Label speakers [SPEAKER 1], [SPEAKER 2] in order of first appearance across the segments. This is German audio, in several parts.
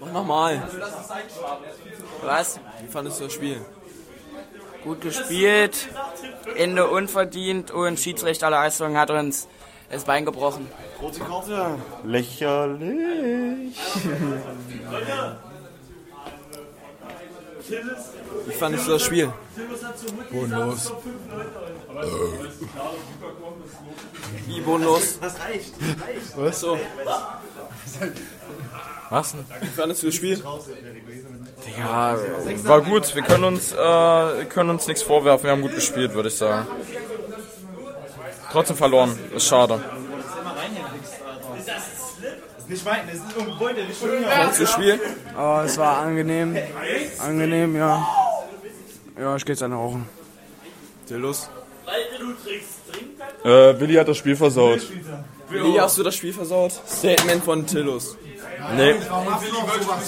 [SPEAKER 1] Mach nochmal. Was? Wie fandest du das Spiel?
[SPEAKER 2] Gut gespielt, Ende unverdient und Schiedsrichter Leistung hat uns das Bein gebrochen.
[SPEAKER 3] Rote Karte. Lächerlich.
[SPEAKER 1] Wie fandest du das Spiel?
[SPEAKER 4] Bodenlos.
[SPEAKER 1] Äh. Wie bodenlos?
[SPEAKER 4] Was?
[SPEAKER 1] So,
[SPEAKER 4] Was denn?
[SPEAKER 1] wie fandest du das Spiel?
[SPEAKER 4] Ja, war gut. Wir können uns, äh, können uns nichts vorwerfen. Wir haben gut gespielt, würde ich sagen. Trotzdem verloren. Ist schade.
[SPEAKER 1] Fandest du das Spiel?
[SPEAKER 5] Oh, es war angenehm. Angenehm, ja. Ja, ich gehe jetzt eine rauchen.
[SPEAKER 1] Der Lust.
[SPEAKER 4] Äh, Billy hat das Spiel versaut.
[SPEAKER 1] Wie hast du das Spiel versaut? Statement von Tillus.
[SPEAKER 4] Nee.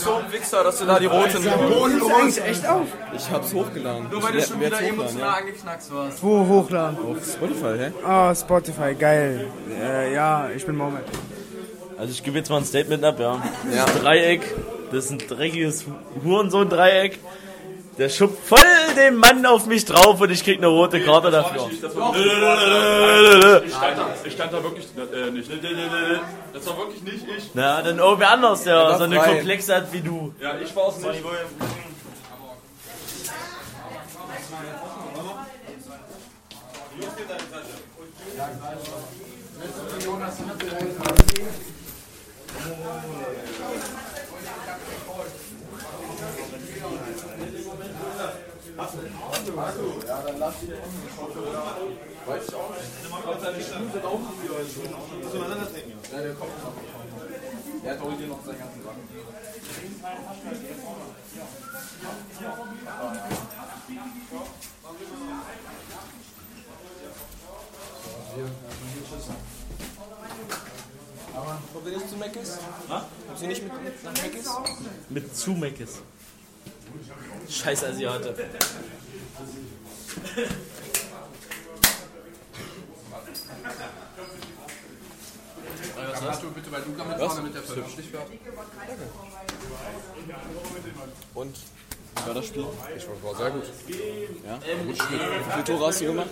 [SPEAKER 1] So ein Wichser, dass du da die rote nimmst.
[SPEAKER 5] Du hängst echt auf?
[SPEAKER 1] Ich hab's hochgeladen. Nur weil du schon wieder emotional ja.
[SPEAKER 5] Wo hochladen?
[SPEAKER 1] Auf Spotify, hä?
[SPEAKER 5] Ah, Spotify, geil. Äh, ja, ich bin Moment.
[SPEAKER 3] Also ich gebe jetzt mal ein Statement ab, ja.
[SPEAKER 1] Ja.
[SPEAKER 3] Das Dreieck, das ist ein dreckiges Hurensohn-Dreieck. Der schubt voll den Mann auf mich drauf und ich krieg eine rote Karte dafür.
[SPEAKER 6] Ich stand da, ich stand da wirklich äh, nicht. Das war wirklich nicht ich.
[SPEAKER 3] Na, dann irgendwer anders, der
[SPEAKER 1] war
[SPEAKER 3] so eine
[SPEAKER 1] frei.
[SPEAKER 3] Komplexe hat wie du.
[SPEAKER 6] Ja, ich war es nicht.
[SPEAKER 1] Kommt ihr nicht zu Meckes? Kommt ihr nicht mit, mit nach Meckes?
[SPEAKER 3] Mit Zumekis. Scheiß Asiate.
[SPEAKER 1] Und wie war das Spiel? Ich
[SPEAKER 7] Oh,
[SPEAKER 1] war sehr gut. Ja? Gut Spiel. Wie viele Tore hast du gemacht?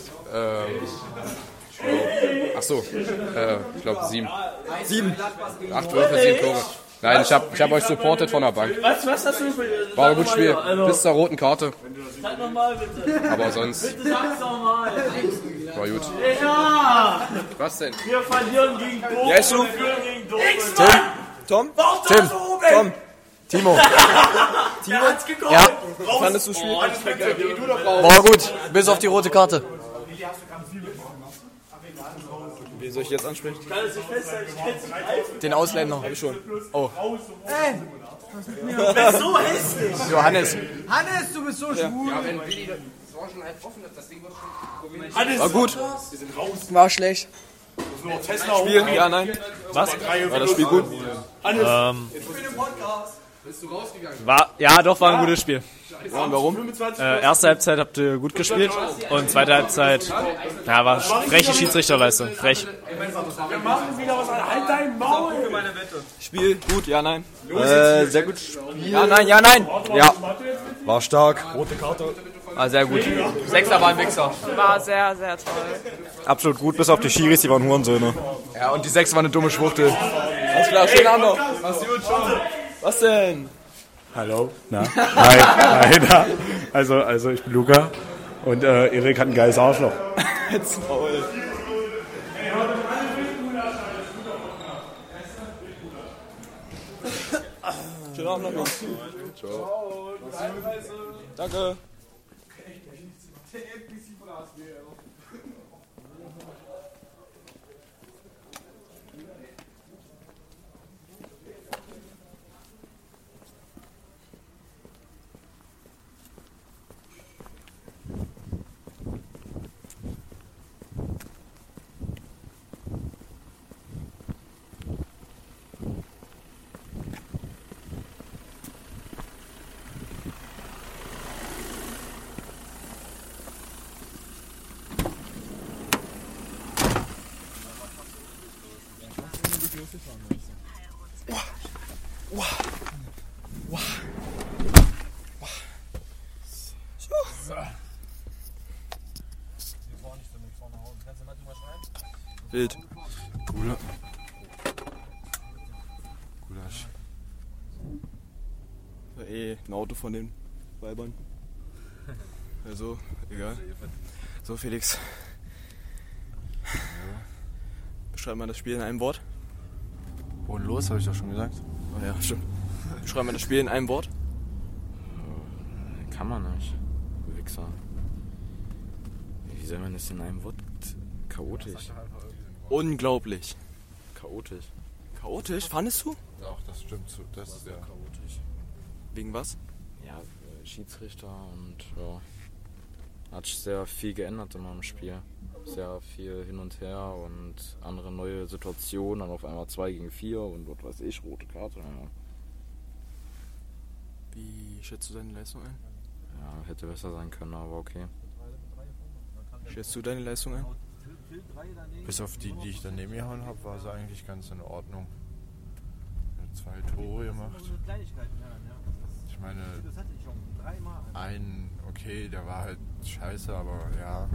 [SPEAKER 7] Ach so, äh, ich glaube sieben.
[SPEAKER 1] Sieben.
[SPEAKER 7] Acht Würfe, sieben Tore. Nein, ich habe ich hab euch supportet von der Bank.
[SPEAKER 3] Was, was hast du für...
[SPEAKER 7] War ein gutes Spiel.
[SPEAKER 6] also,
[SPEAKER 7] Bis zur roten Karte.
[SPEAKER 3] Sag nochmal bitte.
[SPEAKER 7] Aber sonst
[SPEAKER 3] Sag's nochmal.
[SPEAKER 7] war gut.
[SPEAKER 3] Ja!
[SPEAKER 7] Was denn?
[SPEAKER 3] Wir verlieren gegen Dortmund.
[SPEAKER 1] Ja, ist so.
[SPEAKER 3] Wir führen gegen Dortmund.
[SPEAKER 1] Tim? Tom? Tim? Tom? Timo?
[SPEAKER 3] Der hat's Oh, gekommen.
[SPEAKER 1] Ja? Fandest du das Spiel? War gut. Bis auf die rote Karte. Wen soll ich jetzt ansprechen? Den Ausländer. Hab ich schon. Oh. Ey! Du bist so hässlich! Johannes.
[SPEAKER 5] Hannes, du bist so schwul.
[SPEAKER 1] War gut.
[SPEAKER 5] War schlecht.
[SPEAKER 1] Spiel? Ja, nein.
[SPEAKER 3] Was?
[SPEAKER 1] War das Spiel gut? Ähm.
[SPEAKER 8] War, ja, doch, war ein gutes Spiel.
[SPEAKER 1] Ja, und warum?
[SPEAKER 8] Äh, erste Halbzeit habt ihr gut gespielt und zweite Halbzeit, ja, war freche Schiedsrichterleistung, frech.
[SPEAKER 1] Halt Spiel? Gut? Ja, nein.
[SPEAKER 9] Äh, sehr gut.
[SPEAKER 1] Ja, nein, ja, nein.
[SPEAKER 9] Ja. War stark.
[SPEAKER 1] War Ah, sehr gut. Sechster war ein Wichser.
[SPEAKER 2] War sehr, sehr toll.
[SPEAKER 9] Absolut gut, bis auf die Schiris, die waren Hurensöhne.
[SPEAKER 1] Ja, und die 6 war eine dumme Schwuchtel. Alles klar, schönen Abend noch. Was denn?
[SPEAKER 10] Hallo. Na? Hi. Hi na? Also, also ich bin Luca und äh, Erik hat ein geiles Arschloch.
[SPEAKER 1] Jetzt Maul. Schönen Abend noch, Jungs. Ciao. Danke.
[SPEAKER 9] Wild. Gula.
[SPEAKER 1] Gulasch. War eh ein Auto von den Weibern. Also, egal. So, Felix. Beschreib mal das Spiel in einem Wort.
[SPEAKER 4] Oh,
[SPEAKER 9] Und los, habe ich doch schon gesagt.
[SPEAKER 1] Oh ja, stimmt. Beschreib mal das Spiel in einem Wort.
[SPEAKER 4] Kann man nicht. Du Wichser. Wie soll man das in einem Wort? Chaotisch.
[SPEAKER 1] Unglaublich.
[SPEAKER 4] Chaotisch.
[SPEAKER 1] Chaotisch, fandest du?
[SPEAKER 9] Ach, das stimmt. zu- Das ist ja.
[SPEAKER 4] Chaotisch.
[SPEAKER 1] Wegen was?
[SPEAKER 4] Ja, äh, Schiedsrichter und ja. Hat sich sehr viel geändert immer im Spiel. Sehr viel hin und her und andere neue Situationen, dann auf einmal 2 gegen 4 und was weiß ich, rote Karte. Ja.
[SPEAKER 1] Wie schätzt du deine Leistung ein?
[SPEAKER 4] Ja, hätte besser sein können, aber okay.
[SPEAKER 1] Schätzt du deine Leistung ein?
[SPEAKER 7] Bis auf die, die ich daneben gehauen habe, war sie eigentlich ganz in Ordnung. Ich hab zwei Tore gemacht. Ich meine, ein, okay, der war halt scheiße, aber ja.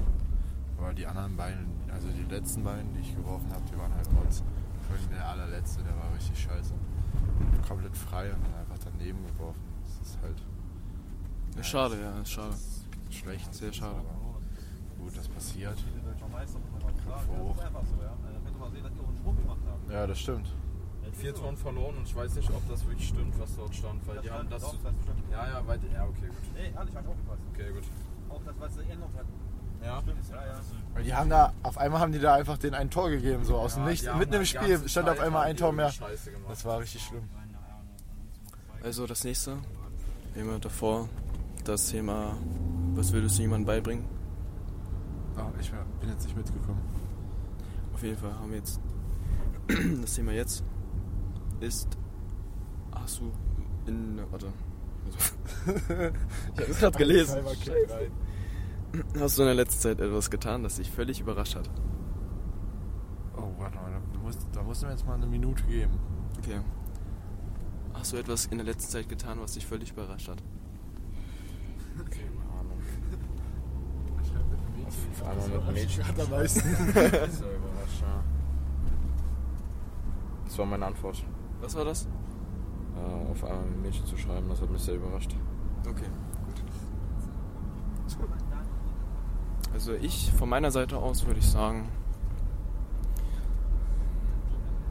[SPEAKER 7] Aber die anderen beiden, also die letzten beiden, die ich geworfen habe, die waren halt Rotz. Vor allem der allerletzte, der war richtig scheiße. Komplett frei und einfach daneben geworfen. Das ist halt.
[SPEAKER 1] Ist schade, ja, ist schade.
[SPEAKER 7] ist Schlecht.
[SPEAKER 1] Sehr schade.
[SPEAKER 7] Aber Gut, das passiert. Kopf hoch.
[SPEAKER 4] Also,
[SPEAKER 7] Ja, das stimmt.
[SPEAKER 4] Vier Toren verloren und ich weiß nicht, ob das wirklich stimmt, was dort stand, weil die haben das. Ja, ja, weil. Ja, okay, gut. Nee, okay, gut. Auch das, was sie geändert hat. Ja.
[SPEAKER 7] Weil die haben da, auf einmal haben die da einfach den ein Tor gegeben, so aus dem Nichts.
[SPEAKER 4] die haben
[SPEAKER 7] Mitten im
[SPEAKER 4] die
[SPEAKER 7] Spiel
[SPEAKER 4] ganze
[SPEAKER 7] stand auf
[SPEAKER 4] Zeit
[SPEAKER 7] einmal
[SPEAKER 4] haben
[SPEAKER 7] ein
[SPEAKER 4] die
[SPEAKER 7] Tor mehr.
[SPEAKER 4] irgendwie Scheiße gemacht.
[SPEAKER 7] Das war richtig schlimm.
[SPEAKER 1] Also das nächste, nehmen wir davor, das Thema, was würdest du jemandem beibringen?
[SPEAKER 7] Ah, ich bin jetzt nicht mitgekommen.
[SPEAKER 1] Auf jeden Fall haben wir jetzt, das Thema jetzt ist, hast du in, warte, ich habe es gerade gelesen. Hast du in der letzten Zeit etwas getan, das dich völlig überrascht hat?
[SPEAKER 7] Oh, warte mal, da musst, da musst du mir jetzt mal eine Minute geben.
[SPEAKER 1] Okay. Hast du etwas in der letzten Zeit getan, was dich völlig überrascht hat?
[SPEAKER 4] Auf einmal mit einem Mädchen. Hat am meisten. so überrascht, ja. Das war meine Antwort.
[SPEAKER 1] Was war das?
[SPEAKER 4] Äh, auf einmal mit einem Mädchen zu schreiben, das hat mich sehr überrascht.
[SPEAKER 1] Okay, gut. Also ich von meiner Seite aus würde ich sagen,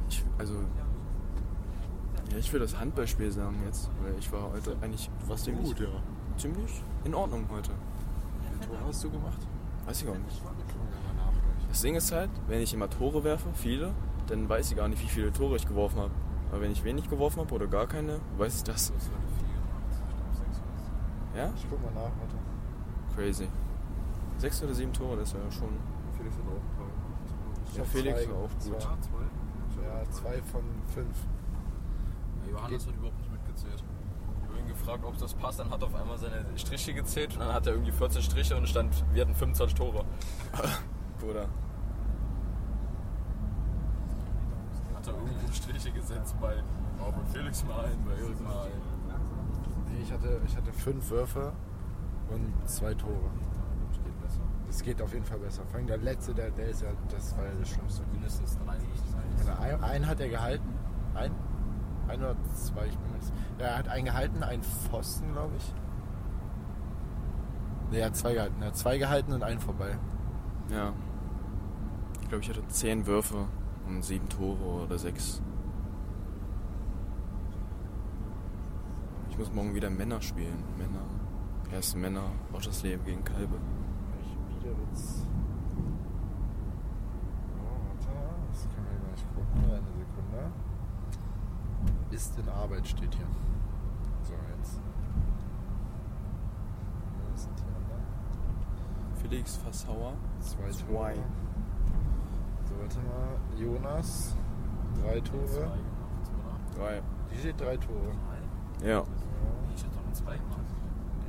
[SPEAKER 1] ich, also ja, ich würde das Handballspiel sagen jetzt, weil ich war heute eigentlich du warst ziemlich, gut, ja. ziemlich in Ordnung heute.
[SPEAKER 7] Wie Tor hast du gemacht?
[SPEAKER 1] Weiß ich gar nicht.
[SPEAKER 7] Können wir mal nachgleichen.
[SPEAKER 1] Das Ding ist halt, wenn ich immer Tore werfe, viele, dann weiß ich gar nicht, wie viele Tore ich geworfen habe. Aber wenn ich wenig geworfen habe oder gar keine, weiß ich das. Ja?
[SPEAKER 7] Ich guck mal nach, warte.
[SPEAKER 1] Crazy. Sechs oder sieben Tore, das ist ja schon.
[SPEAKER 7] Felix hat auch
[SPEAKER 1] Ja, Felix war auch gut.
[SPEAKER 7] Ja, zwei von fünf.
[SPEAKER 4] Johannes hat überhaupt nicht mitgezählt. Ich habe ihn gefragt, ob das passt, dann hat er auf einmal seine Striche gezählt und dann hat er irgendwie 14 Striche und es stand, wir hatten 25 Tore.
[SPEAKER 1] Bruder.
[SPEAKER 4] Hat er irgendwo Striche gesetzt bei, oh, bei Felix mal ein, bei Erik mal ein.
[SPEAKER 7] Nee, ich hatte, ich hatte fünf Würfe und zwei Tore.
[SPEAKER 4] Das geht besser.
[SPEAKER 7] Es geht auf jeden Fall besser. Vor allem der letzte, der, der ist ja, das war ja das Schlimmste.
[SPEAKER 4] Mindestens 30.
[SPEAKER 7] Also ein, einen hat er gehalten. Ein? Ein oder zwei, ich bin mir nicht sicher. Ja, Er hat einen gehalten, einen Pfosten, glaube ich. Ne, er hat zwei gehalten. Er hat zwei gehalten und einen vorbei.
[SPEAKER 1] Ja. Ich glaube, ich hatte zehn Würfe und sieben Tore oder sechs. Ich muss morgen wieder Männer spielen. Männer. Erst Männer, auch das Leben gegen Kalbe.
[SPEAKER 7] Ich wieder jetzt. Oh, warte mal. Das können wir gleich gucken. Eine Sekunde. Ist in Arbeit steht hier. So, jetzt. Wo sind die anderen?
[SPEAKER 1] Felix Fassauer.
[SPEAKER 7] Zwei
[SPEAKER 1] Zwei.
[SPEAKER 7] Tore. So, warte mal. Jonas, drei Tore.
[SPEAKER 1] Drei.
[SPEAKER 7] Die steht drei Tore.
[SPEAKER 1] Ja.
[SPEAKER 4] Ich hätte doch einen 2 gemacht.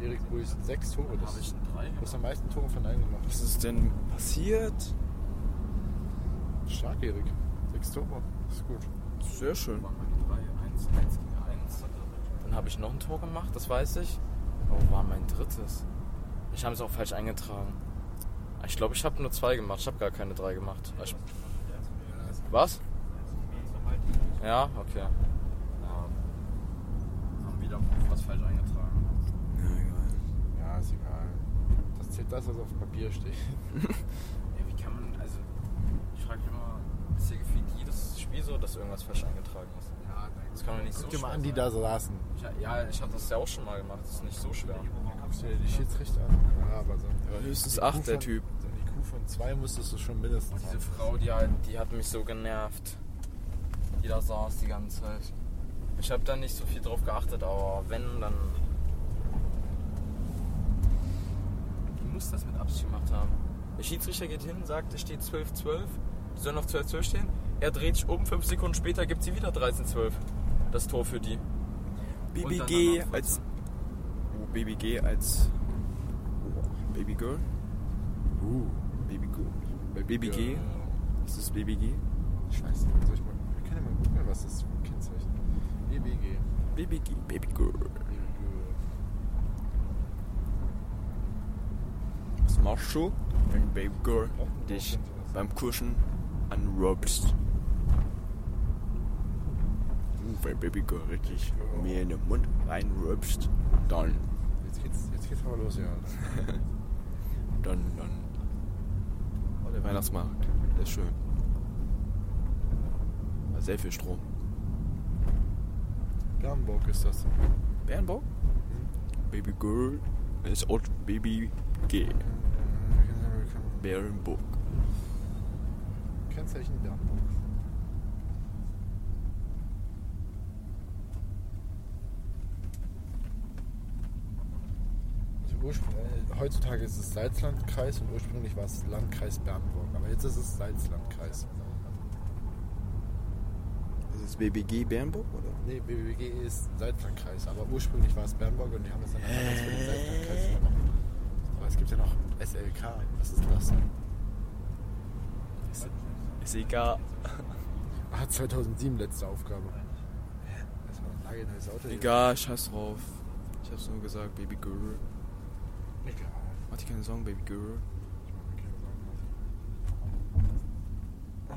[SPEAKER 7] Erik Buis, sechs Tore. Das
[SPEAKER 4] Habe ich
[SPEAKER 7] ist
[SPEAKER 4] einen 3
[SPEAKER 7] das am meisten Tore von allen gemacht.
[SPEAKER 1] Was ist denn passiert?
[SPEAKER 7] Stark, Erik. Nix Tor. Ist gut.
[SPEAKER 1] Sehr schön.
[SPEAKER 4] Dann habe ich noch ein Tor gemacht, das weiß ich. Aber wo war mein drittes. Ich habe es auch falsch eingetragen. Ich glaube, ich habe nur zwei gemacht. Ich habe gar keine drei gemacht. Ich... Was? Ja, okay. Ähm, Haben wieder was falsch eingetragen.
[SPEAKER 7] Ja, ist egal. Das zählt das, was auf dem Papier steht.
[SPEAKER 4] Ja, wie kann man, also, ich frage mich immer, ist hier gefühlt jedes Spiel so, dass irgendwas falsch eingetragen ist? Ja, das kann man nicht
[SPEAKER 7] Guck
[SPEAKER 4] so
[SPEAKER 7] dir mal
[SPEAKER 4] schwer
[SPEAKER 7] an, die
[SPEAKER 4] sein.
[SPEAKER 7] da saßen.
[SPEAKER 4] Ich, ja, ich habe das ja auch schon mal gemacht, das ist nicht so schwer.
[SPEAKER 7] Stell dir die Schiedsrichter an. Ja, aber so.
[SPEAKER 1] Höchstens
[SPEAKER 7] Die
[SPEAKER 1] acht,
[SPEAKER 7] Kuh
[SPEAKER 1] der
[SPEAKER 7] von-
[SPEAKER 1] Typ.
[SPEAKER 7] So eine Kuh von zwei müsstest du schon mindestens
[SPEAKER 4] Diese Frau, die, hat- die hat mich so genervt. Die da saß die ganze Zeit. Ich habe da nicht so viel drauf geachtet, aber wenn, dann. Die muss das mit Absicht gemacht haben. Der Schiedsrichter geht hin, sagt, es steht 12-12. Die sollen auf 12-12 stehen. Er dreht sich um, fünf Sekunden später gibt sie wieder 13-12. Das Tor für die.
[SPEAKER 1] BBG als. Oh, BBG als. Oh, Babygirl? Uh, Babygirl. Bei BBG? Ist das BBG?
[SPEAKER 7] Scheiße, soll ich mal. Wir können ja mal gucken, was das für ein Kennzeichen ist. EBG.
[SPEAKER 1] BBG, Babygirl. Was machst du, wenn Babygirl dich beim Kuschen anrobst? Uh, wenn Babygirl richtig mir in den Mund reinrobst, dann,
[SPEAKER 7] Jetzt geht's, jetzt geht's aber los, ja.
[SPEAKER 1] dann, dann. Oh, der Weihnachtsmarkt, der ist schön. Da ist Sehr viel Strom.
[SPEAKER 7] Bernburg ist das.
[SPEAKER 1] Bernburg? Mhm. Babygirl ist auch BBG.
[SPEAKER 7] Wir können, wir können
[SPEAKER 1] Bernburg.
[SPEAKER 7] Kennzeichen Bernburg. Also ursprünglich, äh, heutzutage ist es Salzlandkreis und ursprünglich war es Landkreis Bernburg. Aber jetzt ist es Salzlandkreis.
[SPEAKER 1] Ist es BBG Bernburg oder?
[SPEAKER 7] Nee, BBG ist Salzlandkreis, aber ursprünglich war es Bernburg und die haben es dann
[SPEAKER 1] Äh,
[SPEAKER 7] einfach als für den Salzlandkreis übernommen. Aber es gibt ja noch SLK. Was ist das?
[SPEAKER 1] Ist egal.
[SPEAKER 7] Ah, 2007 letzte Aufgabe. Das war ein nagelneues Auto.
[SPEAKER 1] Egal, scheiß drauf. Ich hab's nur gesagt, Baby Girl.
[SPEAKER 7] Egal.
[SPEAKER 1] Mach dir keine Sorgen, Baby Girl. Ah,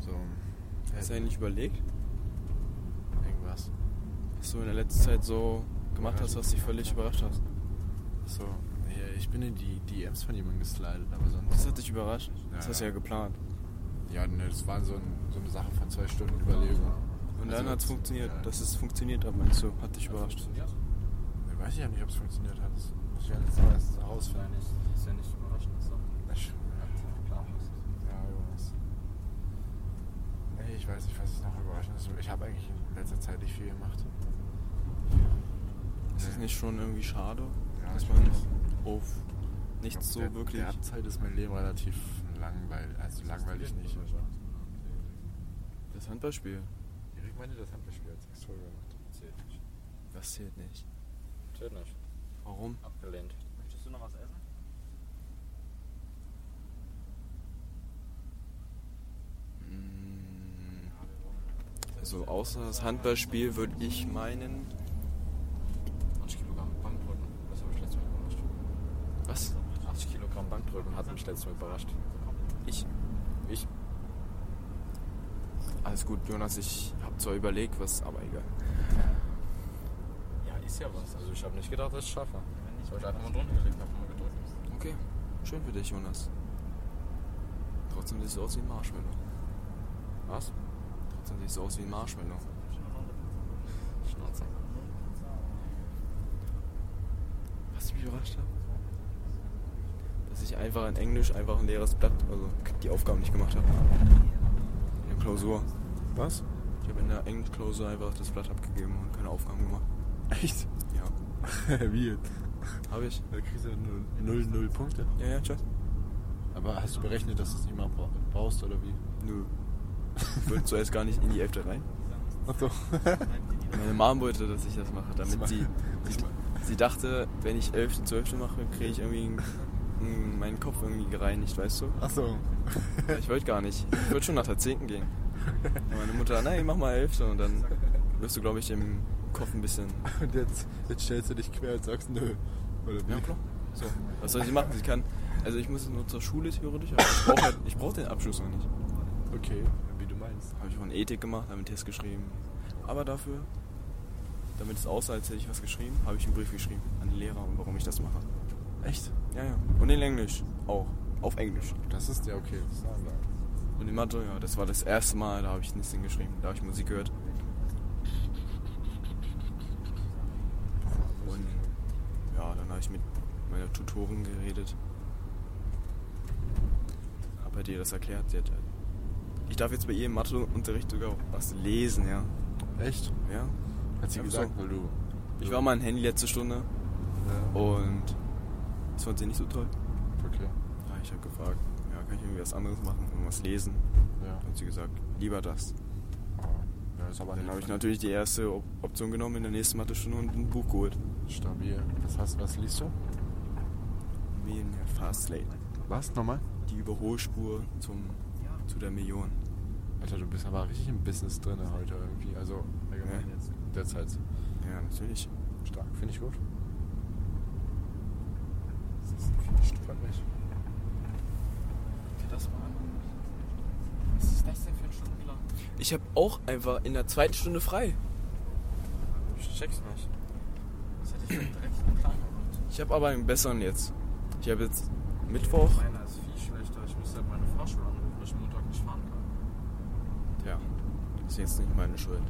[SPEAKER 7] So,
[SPEAKER 1] Hast du eigentlich überlegt,
[SPEAKER 7] irgendwas.
[SPEAKER 1] was du in der letzten Zeit so gemacht hast, was dich völlig überrascht hast?
[SPEAKER 7] So, ja, ich bin in die DMs von jemandem geslidet, aber
[SPEAKER 1] Das
[SPEAKER 7] sonst.
[SPEAKER 1] hat dich überrascht. Das
[SPEAKER 7] Ja,
[SPEAKER 1] hast du
[SPEAKER 7] ja.
[SPEAKER 1] ja geplant.
[SPEAKER 7] Ja, ne, das war so, ein, so eine Sache von zwei Stunden Überlegung.
[SPEAKER 1] Und
[SPEAKER 7] Also,
[SPEAKER 1] dann hat's funktioniert.
[SPEAKER 7] ja.
[SPEAKER 1] Dass es funktioniert hat, meinst du? Hat dich überrascht.
[SPEAKER 7] Ne, weiß ich ja nicht, ob es funktioniert hat. Das muss ich ja jetzt mal erst herausfinden.
[SPEAKER 4] ist ja nicht überraschend, das
[SPEAKER 7] Na, sch- Ja, irgendwas. Nee, ich weiß nicht, was ist noch überraschend ist. Ich habe eigentlich in letzter Zeit nicht viel gemacht.
[SPEAKER 1] Ist das
[SPEAKER 7] Nee.
[SPEAKER 1] nicht schon irgendwie schade,
[SPEAKER 7] Ja,
[SPEAKER 1] dass
[SPEAKER 7] ich
[SPEAKER 1] man
[SPEAKER 7] weiß.
[SPEAKER 1] auf nichts so
[SPEAKER 7] Der-
[SPEAKER 1] wirklich.
[SPEAKER 7] Derzeit ist mein Leben relativ langweilig. Also langweilig nicht.
[SPEAKER 1] Das Handballspiel,
[SPEAKER 7] Erik meinte, das haben wir schon als Extra gemacht.
[SPEAKER 1] das zählt nicht.
[SPEAKER 4] Zählt nicht.
[SPEAKER 1] Warum?
[SPEAKER 4] Abgelehnt.
[SPEAKER 2] Möchtest du noch was essen?
[SPEAKER 1] Hm. Also außer das Handballspiel würde ich meinen.
[SPEAKER 4] Kilogramm Bankdrücken. Das habe ich letztes Mal überrascht.
[SPEAKER 1] Was?
[SPEAKER 4] 80 Kilogramm Bankdrücken hat mich letztes Mal überrascht.
[SPEAKER 1] Ich?
[SPEAKER 4] Ich?
[SPEAKER 1] Alles gut, Jonas, ich habe zwar überlegt, was, aber egal.
[SPEAKER 4] Ja, ist ja was. Also ich habe nicht gedacht, dass ich es schaffe. Ich habe einfach mal drunter gelegt, einfach mal gedrückt.
[SPEAKER 1] Okay, schön für dich, Jonas. Trotzdem siehst du aus wie ein Marshmallow.
[SPEAKER 4] Was?
[SPEAKER 1] Trotzdem siehst du aus wie ein Marshmallow.
[SPEAKER 4] Schnauze.
[SPEAKER 1] Was mich überrascht hat? Dass ich einfach in Englisch einfach ein leeres Blatt, also die Aufgaben nicht gemacht habe. In der Klausur.
[SPEAKER 7] Was?
[SPEAKER 1] Ich habe in der Englischklausur einfach das Blatt abgegeben und keine Aufgaben gemacht.
[SPEAKER 7] Echt?
[SPEAKER 1] Ja,
[SPEAKER 7] Wie jetzt?
[SPEAKER 1] habe ich.
[SPEAKER 7] Da kriegst du ja null- null null Punkte.
[SPEAKER 1] Ja, ja, tschüss.
[SPEAKER 7] Aber hast du berechnet, dass du es nicht mal bra- brauchst oder wie?
[SPEAKER 1] Nö. Wird zuerst gar nicht in die Elfte rein.
[SPEAKER 7] Achso.
[SPEAKER 1] Meine Mom wollte, dass ich das mache, damit
[SPEAKER 7] Das
[SPEAKER 1] sie
[SPEAKER 7] ma-
[SPEAKER 1] die, Sie dachte, wenn ich 11. 12. mache, kriege ich irgendwie einen- meinen Kopf irgendwie gereinigt, weißt du?
[SPEAKER 7] Ach so.
[SPEAKER 1] Ich wollte gar nicht. Ich wollte schon nach der 10. gehen. Und meine Mutter, nein, mach mal 11. Und dann wirst du, glaube ich, im Kopf ein bisschen.
[SPEAKER 7] Und jetzt, jetzt stellst du dich quer und sagst, nö. Oder wie?
[SPEAKER 1] Ja, klar. So. Was soll sie machen? Sie kann. Also, ich muss nur zur Schule theoretisch, aber ich brauche halt, ich brauch den Abschluss noch nicht.
[SPEAKER 7] Okay, wie du meinst.
[SPEAKER 1] Habe ich auch in Ethik gemacht, habe einen Test geschrieben. Aber dafür, damit es aussah, als hätte ich was geschrieben, habe ich einen Brief geschrieben an den Lehrer und warum ich das mache.
[SPEAKER 7] Echt?
[SPEAKER 1] Ja, ja. Und in Englisch auch. Auf Englisch.
[SPEAKER 7] Das ist ja okay. Das ist eine Anlage.
[SPEAKER 1] Und in Mathe, ja, das war das erste Mal, da habe ich nichts hingeschrieben. Da habe ich Musik gehört. Und ja, dann habe ich mit meiner Tutorin geredet. Aber die hat das erklärt. Die hat, äh, ich darf jetzt bei ihr im Matheunterricht sogar was lesen, ja.
[SPEAKER 7] Echt?
[SPEAKER 1] Ja.
[SPEAKER 7] Hat sie
[SPEAKER 1] Ja,
[SPEAKER 7] gesagt,
[SPEAKER 1] so.
[SPEAKER 7] weil du.
[SPEAKER 1] Ich war mal ein Handy letzte Stunde und das fand sie nicht so toll.
[SPEAKER 7] Okay.
[SPEAKER 1] Ja, Ah, ich habe gefragt, ja, kann ich irgendwie was anderes machen, irgendwas lesen?
[SPEAKER 7] Ja.
[SPEAKER 1] Hat sie gesagt, lieber das.
[SPEAKER 7] ja ist aber
[SPEAKER 1] Dann habe ich
[SPEAKER 7] hilfreich.
[SPEAKER 1] natürlich die erste Op- Option genommen in der nächsten Mathestunde und ein Buch geholt.
[SPEAKER 7] Stabil. Was hast was liest du?
[SPEAKER 1] Wie in der Fastlane.
[SPEAKER 7] Was? Nochmal?
[SPEAKER 1] Die Überholspur zum, zu der Million.
[SPEAKER 7] Alter, du bist aber richtig im Business drin heute irgendwie. Also, allgemein
[SPEAKER 1] Ja.
[SPEAKER 7] jetzt. Derzeit.
[SPEAKER 1] Ja, natürlich.
[SPEAKER 7] Stark, finde ich gut. Freut mich.
[SPEAKER 2] Was ist das denn für ein Stundenplan?
[SPEAKER 1] Ich habe auch einfach in der zweiten Stunde frei. Ich check's nicht.
[SPEAKER 2] Das hätte ich schon direkt einen Plan gemacht.
[SPEAKER 1] Ich habe aber einen besseren jetzt. Ich habe jetzt Mittwoch.
[SPEAKER 4] Meiner ist viel schlechter. Ich muss halt meine Fahrschule anrufen, weil ich Montag nicht fahren kann.
[SPEAKER 1] Ja, ist jetzt nicht meine Schuld.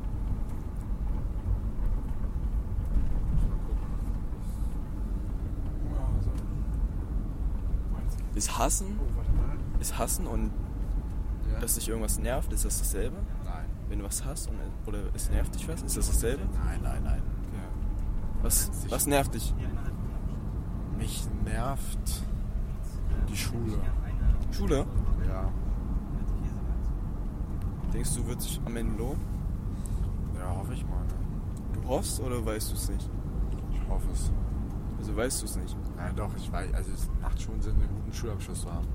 [SPEAKER 1] Ist Hassen,
[SPEAKER 4] Oh,
[SPEAKER 1] ist Hassen und dass dich irgendwas nervt, ist das dasselbe?
[SPEAKER 7] Nein.
[SPEAKER 1] Wenn du was hast und, oder es nervt dich was, ist das dasselbe?
[SPEAKER 7] Nein, nein, nein.
[SPEAKER 1] Was, was nervt dich?
[SPEAKER 7] Mich nervt die Schule.
[SPEAKER 1] Schule?
[SPEAKER 7] Ja.
[SPEAKER 1] Denkst du, wird sich am Ende lohnen?
[SPEAKER 7] Ja, hoffe ich mal. Ne?
[SPEAKER 1] Du hoffst oder weißt du es nicht?
[SPEAKER 7] Ich hoffe es.
[SPEAKER 1] Also weißt du es nicht.
[SPEAKER 7] Nein, doch, ich weiß. Also, es macht schon Sinn, einen guten Schulabschluss zu haben.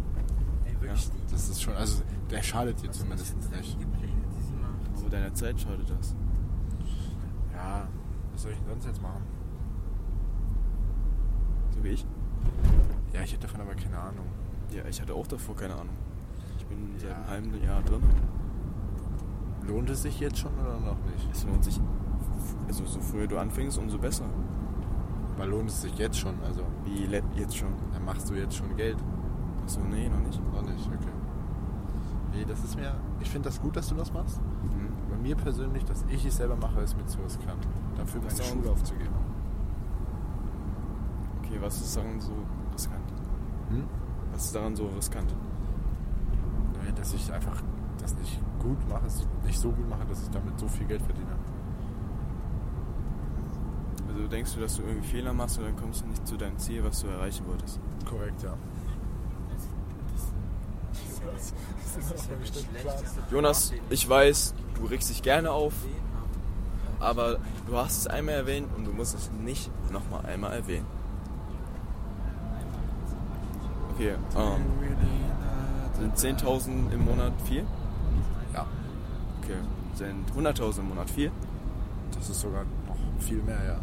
[SPEAKER 1] Ja?
[SPEAKER 7] Das ist schon. Also, der schadet dir zumindest nicht.
[SPEAKER 1] Aber deiner Zeit schadet das.
[SPEAKER 7] Ja. Was soll ich denn sonst jetzt machen?
[SPEAKER 1] So wie ich.
[SPEAKER 7] Ja, ich hätte davon aber keine Ahnung.
[SPEAKER 1] Ja, ich hatte auch davor keine Ahnung. Ich bin seit einem
[SPEAKER 7] Ja.
[SPEAKER 1] halben Jahr drin.
[SPEAKER 7] Lohnt es sich jetzt schon oder noch nicht?
[SPEAKER 1] Es lohnt sich. Also so früher du anfängst, umso besser.
[SPEAKER 7] Weil lohnt es sich jetzt schon, also
[SPEAKER 1] Wie le- jetzt schon.
[SPEAKER 7] dann machst du jetzt schon Geld.
[SPEAKER 1] Achso, nee, noch nicht.
[SPEAKER 7] Noch nicht, okay. Nee, das ist mir. Ich finde das gut, dass du das machst.
[SPEAKER 1] Mhm.
[SPEAKER 7] Bei mir persönlich, dass ich es selber mache, ist mir zu riskant. Dafür
[SPEAKER 1] Das
[SPEAKER 7] meine
[SPEAKER 1] dauert-
[SPEAKER 7] Schule aufzugeben.
[SPEAKER 1] Okay, was ist daran so riskant?
[SPEAKER 7] Hm?
[SPEAKER 1] Was ist daran so riskant?
[SPEAKER 7] Nee, dass ich einfach das nicht gut mache, es nicht so gut mache, dass ich damit so viel Geld verdiene.
[SPEAKER 1] Also denkst du, dass du irgendwie Fehler machst und dann kommst du nicht zu deinem Ziel, was du erreichen wolltest?
[SPEAKER 7] Korrekt, ja.
[SPEAKER 1] Jonas, ich weiß, du regst dich gerne auf, aber du hast es einmal erwähnt und du musst es nicht nochmal einmal erwähnen. Okay, ähm, sind 10.000 im Monat viel?
[SPEAKER 7] Ja,
[SPEAKER 1] Okay, sind 100.000 im Monat viel?
[SPEAKER 7] das ist sogar noch viel mehr, ja.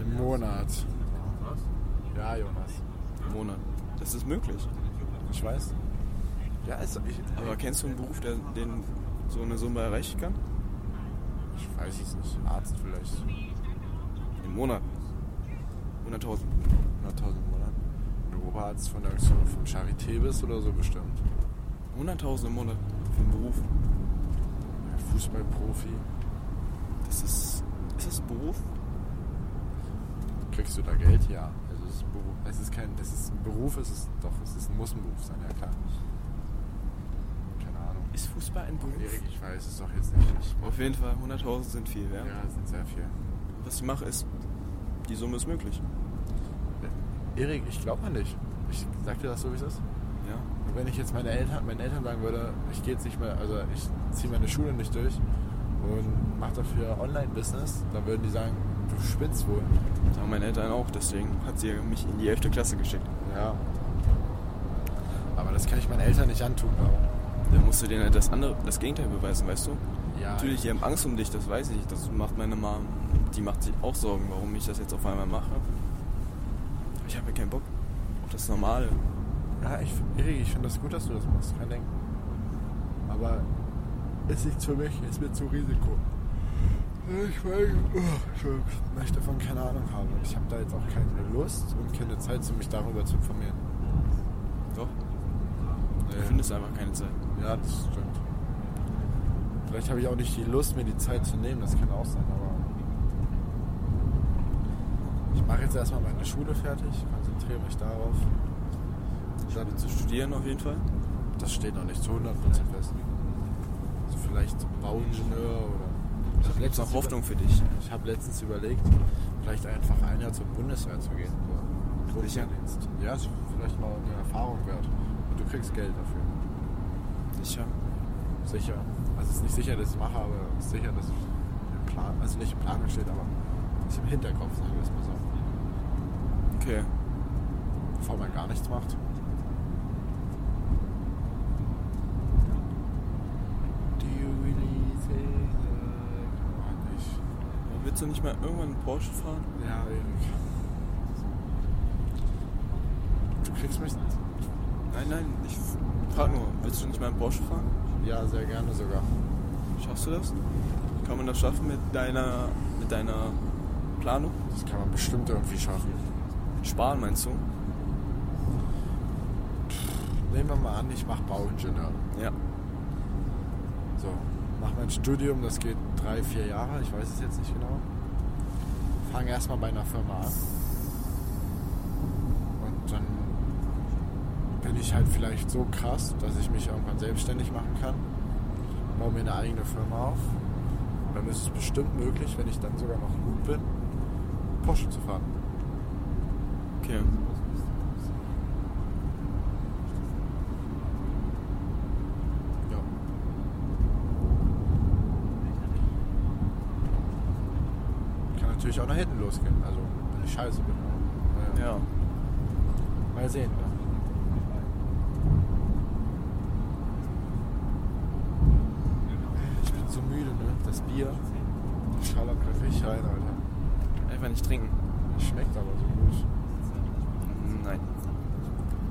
[SPEAKER 7] Im Monat. Ja, Jonas.
[SPEAKER 1] Im Monat. Das ist möglich.
[SPEAKER 7] Ich weiß. Ja, ist, ich,
[SPEAKER 1] Aber kennst du einen Beruf, der den so eine Summe erreichen kann?
[SPEAKER 7] ich weiß es nicht. Arzt vielleicht.
[SPEAKER 1] Im Monat. 100.000.
[SPEAKER 7] 100.000 im Monat. Wenn du Oberarzt von der von Charité bist oder so bestimmt.
[SPEAKER 1] 100.000 im Monat für einen Beruf.
[SPEAKER 7] Ja, Fußballprofi
[SPEAKER 1] Das ist. Ist das ein Beruf?
[SPEAKER 7] kriegst du da Geld? Ja. Also es ist, ein Beruf, es ist kein, es ist ein Beruf, es ist doch, es ist ein muss ein Beruf sein, ja klar. Keine Ahnung.
[SPEAKER 1] Ist Fußball ein
[SPEAKER 7] Erik, ich weiß es doch jetzt nicht. Ich,
[SPEAKER 1] Auf jeden Fall, 100.000 sind viel, ja?
[SPEAKER 7] ja, es sind sehr viel.
[SPEAKER 1] Was ich mache ist, die Summe ist möglich.
[SPEAKER 7] Erik, ich glaube an dich. Ich sag dir das so, wie es ist.
[SPEAKER 1] Ja.
[SPEAKER 7] Und wenn ich jetzt meine Eltern, meinen Eltern sagen würde, ich gehe jetzt nicht mehr, also ich ziehe meine Schule nicht durch und mache dafür Online-Business, dann würden die sagen, Du schwitzt wohl.
[SPEAKER 1] Ja, meine Eltern auch, deswegen hat sie mich in die 11. Klasse geschickt.
[SPEAKER 7] Ja. Aber das kann ich meinen Eltern nicht antun.
[SPEAKER 1] Dann musst du denen halt das, andere, das Gegenteil beweisen, weißt du?
[SPEAKER 7] Ja.
[SPEAKER 1] Natürlich, die haben Angst um dich, das weiß ich. Das macht meine Mom. Die macht sich auch Sorgen, warum ich das jetzt auf einmal mache. Aber Ich habe ja keinen Bock auf das Normale.
[SPEAKER 7] Ja, ich, Erik, ich finde das gut, dass du das machst. Kein Denken. Aber ist nichts für mich, ist mir zu Risiko. Ich weiß, oh, Entschuldigung, weil ich davon keine Ahnung habe. Ich habe da jetzt auch keine Lust und keine Zeit, um mich darüber zu informieren. Äh,
[SPEAKER 1] Doch. Du findest einfach keine Zeit.
[SPEAKER 7] Ja, das stimmt. Vielleicht habe ich auch nicht die Lust, mir die Zeit zu nehmen, das kann auch sein, aber. Ich mache jetzt erstmal meine Schule fertig, konzentriere mich darauf.
[SPEAKER 1] Ich habe zu studieren auf jeden Fall.
[SPEAKER 7] Das steht noch nicht zu 100% fest. Also vielleicht Bauingenieur oder.
[SPEAKER 1] Ich habe
[SPEAKER 7] letztens
[SPEAKER 1] noch
[SPEAKER 7] über-
[SPEAKER 1] Hoffnung für dich.
[SPEAKER 7] Ich habe letztens überlegt, vielleicht einfach ein Jahr zur Bundeswehr zu gehen. So.
[SPEAKER 1] Sicher?
[SPEAKER 7] Grundwehrdienst. Ja, ist vielleicht mal eine Erfahrung wert. Und du kriegst Geld dafür.
[SPEAKER 1] Sicher.
[SPEAKER 7] Sicher. Also es ist nicht sicher, dass ich es mache, aber es ist sicher, dass es im Plan, also nicht im Plan steht, aber es ist im Hinterkopf, sagen wir es mal so.
[SPEAKER 1] Okay.
[SPEAKER 7] Bevor man gar nichts macht. Do you really say that?
[SPEAKER 1] Willst du nicht mal irgendwann einen Porsche fahren?
[SPEAKER 7] Oh, nicht. Ja, Erik. Du kriegst mich.
[SPEAKER 1] Nein, nein, ich frag nur, willst du nicht mal einen Porsche fahren?
[SPEAKER 7] Ja, sehr gerne sogar.
[SPEAKER 1] Schaffst du das? Kann man das schaffen mit deiner, mit deiner Planung?
[SPEAKER 7] Das kann man bestimmt irgendwie schaffen.
[SPEAKER 1] Sparen meinst du?
[SPEAKER 7] Nehmen wir mal an, ich mache Bauingenieur.
[SPEAKER 1] Ja.
[SPEAKER 7] So, mach mein Studium, das geht drei, vier Jahre, ich weiß es jetzt nicht genau. Fange erstmal bei einer Firma an. Und dann bin ich halt vielleicht so krass, dass ich mich irgendwann selbstständig machen kann. Baue mir eine eigene Firma auf. Dann ist es bestimmt möglich, wenn ich dann sogar noch gut bin, Porsche zu fahren.
[SPEAKER 1] Okay.
[SPEAKER 7] Ja. Kann natürlich auch nach hinten losgehen, also wenn ich scheiße bin. Naja,
[SPEAKER 1] Ja.
[SPEAKER 7] Mal sehen. Ne? Ich bin so müde, ne? Das Bier. Schallert mir richtig rein, Alter.
[SPEAKER 1] Einfach nicht trinken.
[SPEAKER 7] Schmeckt aber so gut.
[SPEAKER 1] Nein.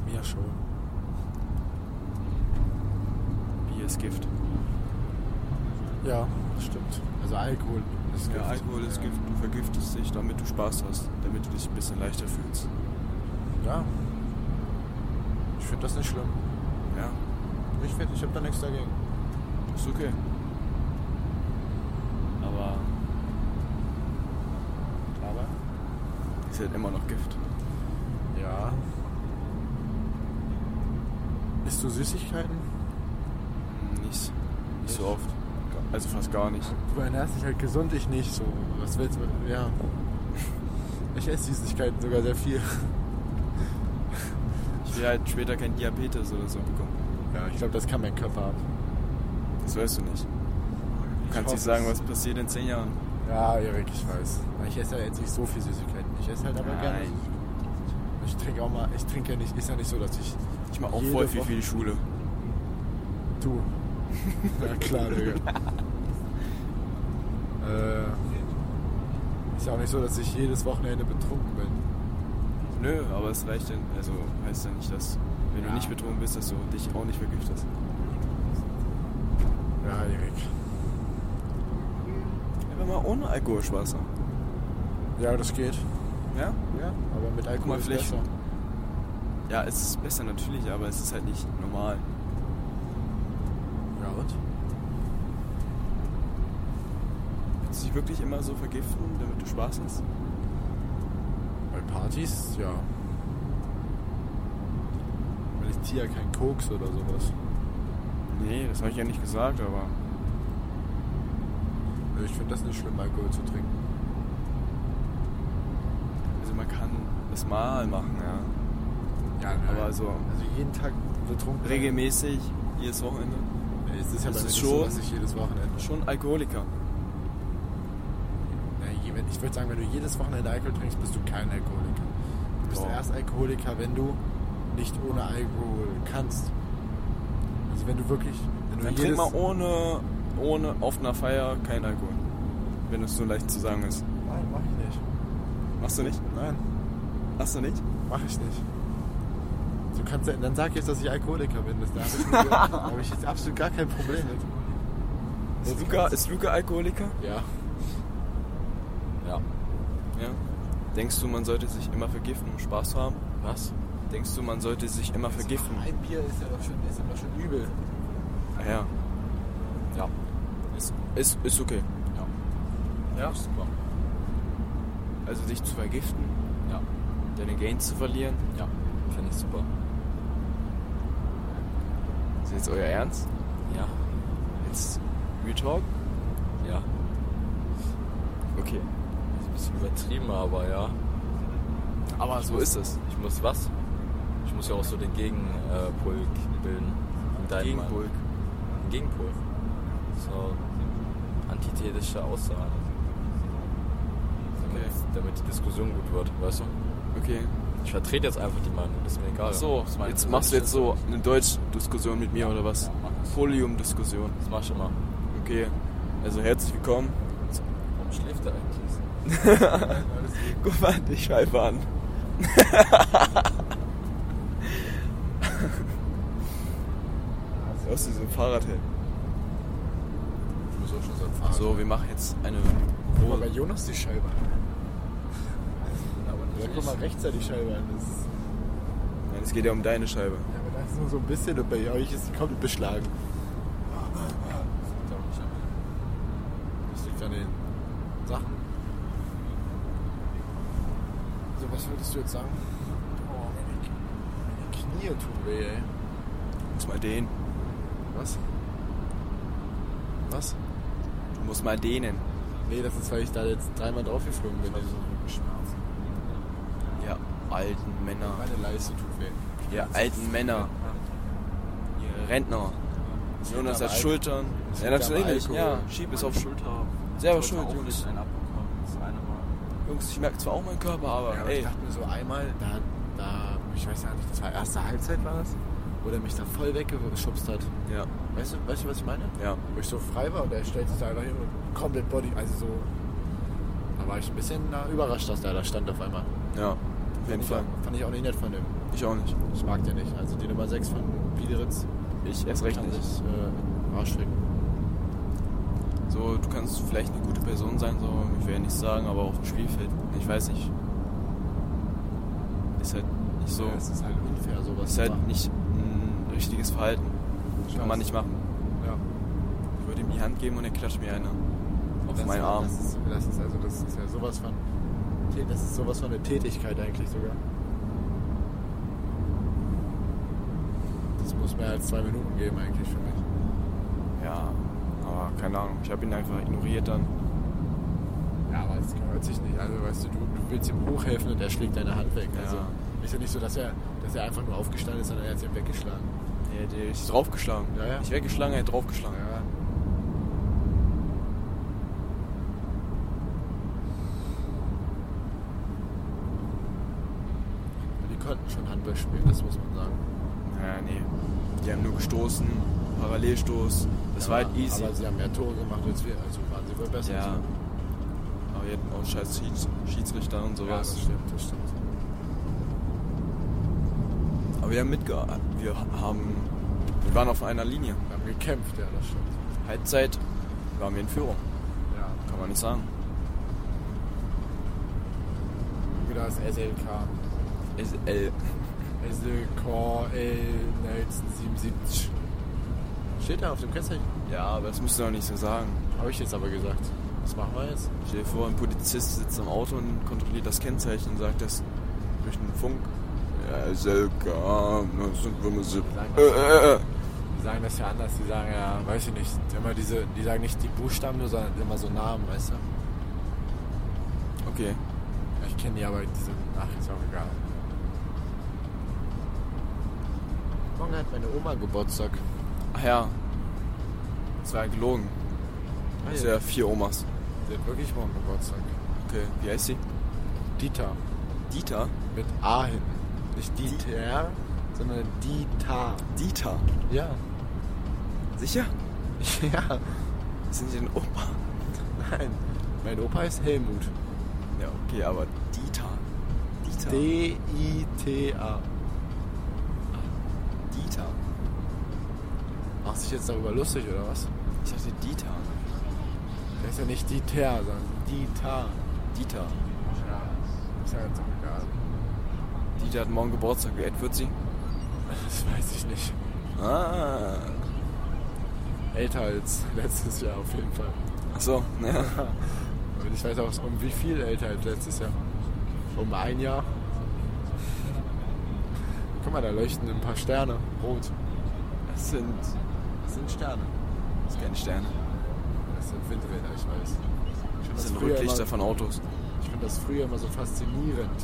[SPEAKER 7] Mir schon.
[SPEAKER 1] Bier ist Gift.
[SPEAKER 7] Ja, stimmt. Also Alkohol ist
[SPEAKER 1] Ja, Alkohol ist
[SPEAKER 7] Ja.
[SPEAKER 1] Gift. Du vergiftest dich, damit du Spaß hast. Damit du dich ein bisschen leichter fühlst.
[SPEAKER 7] Ja. Ich finde das nicht schlimm.
[SPEAKER 1] Ja.
[SPEAKER 7] Ich finde, ich habe da nichts dagegen.
[SPEAKER 1] Ist okay. Aber
[SPEAKER 7] Aber?
[SPEAKER 1] ist halt immer noch Gift.
[SPEAKER 7] Ja. Isst du Süßigkeiten?
[SPEAKER 1] Nicht, nicht so oft. Also fast gar nicht.
[SPEAKER 7] Du ernährst dich halt gesund, ich nicht so. Was willst du? Ja. Ich esse Süßigkeiten sogar sehr viel.
[SPEAKER 1] Ich will halt später kein Diabetes oder so bekommen.
[SPEAKER 7] Ja, ich glaube, das kann mein Körper ab.
[SPEAKER 1] Das weißt du nicht. Du kannst
[SPEAKER 7] hoffe
[SPEAKER 1] nicht sagen,
[SPEAKER 7] es.
[SPEAKER 1] was passiert in 10 Jahren.
[SPEAKER 7] Ja, Erik, ich weiß. Ich esse ja jetzt nicht so viel Süßigkeiten. Ich esse halt aber gerne
[SPEAKER 1] Nein.
[SPEAKER 7] Süßigkeiten. Ich trinke auch mal, ich trinke ja nicht, ist ja nicht so, dass ich.
[SPEAKER 1] Ich mache auch
[SPEAKER 7] Jede
[SPEAKER 1] voll viel
[SPEAKER 7] Woche-
[SPEAKER 1] für die Schule.
[SPEAKER 7] Du. ja klar, Digga. äh, ist ja auch nicht so, dass ich jedes Wochenende betrunken bin.
[SPEAKER 1] Nö, aber es reicht denn, also heißt ja nicht, dass wenn
[SPEAKER 7] Ja.
[SPEAKER 1] du nicht betrunken bist, dass du dich auch nicht vergiftest.
[SPEAKER 7] Ja, Erik.
[SPEAKER 1] Einfach mal ohne Alkohol Spaß haben.
[SPEAKER 7] Ja, das geht.
[SPEAKER 1] Ja?
[SPEAKER 7] Ja, aber mit Alkohol
[SPEAKER 1] mal,
[SPEAKER 7] ist
[SPEAKER 1] vielleicht-
[SPEAKER 7] besser.
[SPEAKER 1] Ja, es ist besser natürlich, aber es ist halt nicht normal.
[SPEAKER 7] Ja, und?
[SPEAKER 1] Willst du dich wirklich immer so vergiften, damit du Spaß hast?
[SPEAKER 7] Bei Partys, ja. Weil ich ziehe ja keinen Koks oder sowas.
[SPEAKER 1] Nee, das habe ich ja nicht gesagt, aber
[SPEAKER 7] Also Ich finde das nicht schlimm, Alkohol zu trinken.
[SPEAKER 1] also man kann es mal machen, ja.
[SPEAKER 7] Ja,
[SPEAKER 1] Aber so
[SPEAKER 7] Also jeden Tag betrunken.
[SPEAKER 1] regelmäßig, jedes Wochenende.
[SPEAKER 7] Nee, Es ist ja
[SPEAKER 1] Das
[SPEAKER 7] bei mir
[SPEAKER 1] ist
[SPEAKER 7] nicht so,
[SPEAKER 1] schon-
[SPEAKER 7] dass ich jedes Wochenende.
[SPEAKER 1] Schon Alkoholiker.
[SPEAKER 7] Na, je- wenn wenn, ich würde sagen, wenn du jedes Wochenende Alkohol trinkst, bist du kein Alkoholiker. Du bist erst Alkoholiker, wenn du nicht ohne Alkohol kannst. Also wenn du wirklich, wenn du
[SPEAKER 1] Dann trink
[SPEAKER 7] jedes,
[SPEAKER 1] mal ohne, ohne auf einer Feier kein Alkohol. Wenn es so leicht zu sagen ist.
[SPEAKER 7] Nein, mach ich nicht.
[SPEAKER 1] Machst du nicht?
[SPEAKER 7] Nein,
[SPEAKER 1] Machst du nicht?
[SPEAKER 7] mach ich nicht. Du kannst, ja- dann sag jetzt, dass ich Alkoholiker bin. Das, da habe ich, mir- da hab ich jetzt absolut gar kein Problem mit.
[SPEAKER 1] Ist Luca, ist Luca Alkoholiker?
[SPEAKER 4] Ja. Ja.
[SPEAKER 1] Ja. Denkst du, man sollte sich immer vergiften, um Spaß zu haben?
[SPEAKER 4] Was?
[SPEAKER 1] Denkst du, man sollte sich immer vergiften?
[SPEAKER 7] Ein Bier ist ja doch schon, ist ja doch schon übel.
[SPEAKER 1] Ah ja.
[SPEAKER 4] Ja.
[SPEAKER 1] Ist, ist, ist okay.
[SPEAKER 4] Ja. Super.
[SPEAKER 1] Also dich zu vergiften,
[SPEAKER 4] Ja.
[SPEAKER 1] deine Gains zu verlieren.
[SPEAKER 4] Ja. Finde ich super.
[SPEAKER 1] Ist jetzt euer Ernst?
[SPEAKER 4] Ja.
[SPEAKER 1] Jetzt Real Talk?
[SPEAKER 4] Ja.
[SPEAKER 1] Okay.
[SPEAKER 4] Ist ein bisschen übertrieben, aber ja.
[SPEAKER 1] Aber so ist es.
[SPEAKER 4] Ich muss was? Ich muss ja auch so den Gegenpol bilden. In deinem-
[SPEAKER 1] Gegenpol.
[SPEAKER 4] Ein Gegenpol. So antithetische Aussage. Damit,
[SPEAKER 1] Okay.
[SPEAKER 4] damit die Diskussion gut wird, weißt du?
[SPEAKER 1] Okay.
[SPEAKER 4] Ich vertrete jetzt einfach die Meinung, ist mir
[SPEAKER 1] Ach
[SPEAKER 4] egal.
[SPEAKER 7] Also,
[SPEAKER 1] so,
[SPEAKER 4] Das meine
[SPEAKER 1] jetzt
[SPEAKER 4] ich.
[SPEAKER 1] machst du jetzt so eine Deutsch-Diskussion mit mir oder was?
[SPEAKER 4] Ja, mach das.
[SPEAKER 1] Folium-Diskussion.
[SPEAKER 4] Das mach schon mal.
[SPEAKER 1] Okay. Also herzlich willkommen.
[SPEAKER 4] Warum schläft er eigentlich?
[SPEAKER 1] Guck mal die Scheibe an. Aus diesem Fahrradhelm.
[SPEAKER 9] Ich muss auch schon sein Fahrrad.
[SPEAKER 1] So, wir machen jetzt eine.
[SPEAKER 7] Guck mal bei Jonas die Scheibe an. Ja, guck mal rechts ja die Scheibe an. Das ist,
[SPEAKER 1] Nein, es geht ja um deine Scheibe.
[SPEAKER 7] ja, aber das ist nur so ein bisschen und bei euch ist die komplett beschlagen.
[SPEAKER 9] Das liegt an den Sachen.
[SPEAKER 7] Also was würdest du jetzt sagen? Oh, meine Knie tun weh, ey.
[SPEAKER 1] Muss mal dehnen.
[SPEAKER 7] Was? Was?
[SPEAKER 1] Du musst mal dehnen.
[SPEAKER 7] Nee, das ist, weil ich da jetzt dreimal draufgeflogen bin. Also Rückenschmerzen.
[SPEAKER 1] Ihr alten Männer.
[SPEAKER 7] Meine Leiste tut weh.
[SPEAKER 1] Ihr alten Männer. Ihr Rentner. Jonas
[SPEAKER 7] am
[SPEAKER 1] hat
[SPEAKER 7] Al-
[SPEAKER 1] Schultern.
[SPEAKER 7] Das
[SPEAKER 1] Ja,
[SPEAKER 7] liegt am
[SPEAKER 1] natürlich.
[SPEAKER 7] Alkohol.
[SPEAKER 1] Ja, schieb es auf Schulter. Selber schuld, Jungs. Jungs, ich merke zwar auch meinen Körper, aber
[SPEAKER 7] Ja, aber ich
[SPEAKER 1] ey.
[SPEAKER 7] dachte mir so einmal, da, da, ich weiß ja nicht, das war erste Halbzeit war das, wo der mich da voll weggeschubst hat.
[SPEAKER 1] Ja,
[SPEAKER 7] Weißt du, weißt du was ich meine?
[SPEAKER 1] ja.
[SPEAKER 7] Wo ich so frei war und er stellt sich da einfach hin und komplett Body, also so. Da war ich ein bisschen äh, überrascht, dass der da stand auf einmal.
[SPEAKER 1] Ja, auf jeden
[SPEAKER 7] Fand ich,
[SPEAKER 1] Fall.
[SPEAKER 7] auch- fand ich auch nicht nett von dem.
[SPEAKER 1] Ich auch nicht.
[SPEAKER 7] Ich mag den nicht. Also die Nummer 6 von Biederitz
[SPEAKER 1] Ich erst recht
[SPEAKER 7] kann
[SPEAKER 1] nicht.
[SPEAKER 7] sich äh, Arsch ficken.
[SPEAKER 1] So, du kannst vielleicht eine gute Person sein, so, ich will ja nichts sagen, aber auf dem Spielfeld, ich weiß nicht. Ist halt nicht so.
[SPEAKER 7] Ja, es ist halt unfair, sowas
[SPEAKER 1] Ist
[SPEAKER 7] zu
[SPEAKER 1] halt
[SPEAKER 7] machen.
[SPEAKER 1] nicht ein richtiges Verhalten. Kann man nicht machen.
[SPEAKER 7] Ja.
[SPEAKER 1] Ich würde ihm die Hand geben und er klatscht mir ne? eine. Auf
[SPEAKER 7] Das-
[SPEAKER 1] meinen Arm.
[SPEAKER 7] Das ist, das ist also das ist ja sowas von das ist sowas von eine Tätigkeit eigentlich sogar. Das muss mehr als zwei Minuten geben eigentlich für mich.
[SPEAKER 1] Ja, aber keine Ahnung. Ich habe ihn einfach ignoriert dann.
[SPEAKER 7] Ja, aber es gehört sich nicht. Also weißt du, du, du willst ihm hochhelfen und er schlägt deine Hand weg. Also
[SPEAKER 1] Ja.
[SPEAKER 7] ist ja nicht so, dass er, dass er einfach nur aufgestanden ist, sondern er hat sie weggeschlagen.
[SPEAKER 1] Er hätte richtig draufgeschlagen.
[SPEAKER 7] Ja, ja.
[SPEAKER 1] Ich weggeschlagen, er hätte draufgeschlagen.
[SPEAKER 7] Ja. Die konnten schon Handball spielen, das muss man sagen.
[SPEAKER 1] Ja, nee. Die haben nur gestoßen, Parallelstoß. Das war halt
[SPEAKER 7] Aber-
[SPEAKER 1] easy.
[SPEAKER 7] Aber sie haben mehr Tore gemacht als wir, also waren sie wohl besser.
[SPEAKER 1] Ja. Aber jetzt auch scheiß Schieds Schiedsrichter und
[SPEAKER 7] ja
[SPEAKER 1] sowas.
[SPEAKER 7] das stimmt, das stimmt.
[SPEAKER 1] Aber wir haben mitgearbeitet. Wir haben. Wir waren auf einer Linie.
[SPEAKER 7] Wir haben gekämpft, ja, das stimmt.
[SPEAKER 1] Halbzeit waren wir in Führung.
[SPEAKER 7] Ja.
[SPEAKER 1] Kann man nicht sagen.
[SPEAKER 7] Wieder das SLK.
[SPEAKER 1] SL.
[SPEAKER 7] SLK L Nelson 77. Steht da auf dem Kennzeichen.
[SPEAKER 1] Ja, aber das musst du doch nicht so sagen.
[SPEAKER 7] Habe ich jetzt aber gesagt. Was machen wir jetzt?
[SPEAKER 1] Stell dir vor, ein Polizist sitzt im Auto und kontrolliert das Kennzeichen und sagt das durch den Funk. Ja, ne? SLK 1975.
[SPEAKER 7] Sagen
[SPEAKER 1] Äh,
[SPEAKER 7] wir-
[SPEAKER 1] äh, äh.
[SPEAKER 7] Die sagen das ja anders, die sagen ja, weiß ich nicht, immer diese, die sagen nicht die Buchstaben nur, sondern immer so Namen, weißt du.
[SPEAKER 1] Okay.
[SPEAKER 7] Ich kenne die aber diese, ach, ist auch egal. Morgen hat meine Oma Geburtstag.
[SPEAKER 1] Ach ja. Das war ja gelogen. Das sind ja vier Omas.
[SPEAKER 7] Die hat wirklich morgen Geburtstag.
[SPEAKER 1] Okay, wie heißt sie?
[SPEAKER 7] Dieter.
[SPEAKER 1] Dieter?
[SPEAKER 7] Mit A hinten. Nicht Dieter, sondern Dieter.
[SPEAKER 1] Dieter?
[SPEAKER 7] Ja.
[SPEAKER 1] Sicher?
[SPEAKER 7] Ja.
[SPEAKER 1] Sind Sie ein Opa?
[SPEAKER 7] Nein. Mein Opa heißt Helmut.
[SPEAKER 1] Ja, okay, aber Dieter. Dieter.
[SPEAKER 7] D-I-T-A.
[SPEAKER 1] Dieter.
[SPEAKER 7] Machst du dich jetzt darüber lustig oder was?
[SPEAKER 1] Ich dachte Dieter.
[SPEAKER 7] Der ist ja nicht Dieter, sondern Dieter.
[SPEAKER 1] Dieter.
[SPEAKER 7] Ja. Ist ja jetzt auch egal.
[SPEAKER 1] Dieter hat morgen Geburtstag. Wie alt wird sie?
[SPEAKER 7] Das weiß ich nicht.
[SPEAKER 1] Ah.
[SPEAKER 7] Älter als letztes Jahr auf jeden Fall.
[SPEAKER 1] Ach so, ja.
[SPEAKER 7] Und ich weiß auch um wie viel älter als letztes Jahr. Um ein Jahr. Guck mal, da leuchten ein paar Sterne. Rot.
[SPEAKER 1] Das sind, das sind Sterne. Das sind keine Sterne.
[SPEAKER 7] Das sind Windräder, ich weiß. Ich find
[SPEAKER 1] Das sind
[SPEAKER 7] früher
[SPEAKER 1] Rücklichter
[SPEAKER 7] immer-
[SPEAKER 1] von Autos.
[SPEAKER 7] Ich finde das früher immer so faszinierend.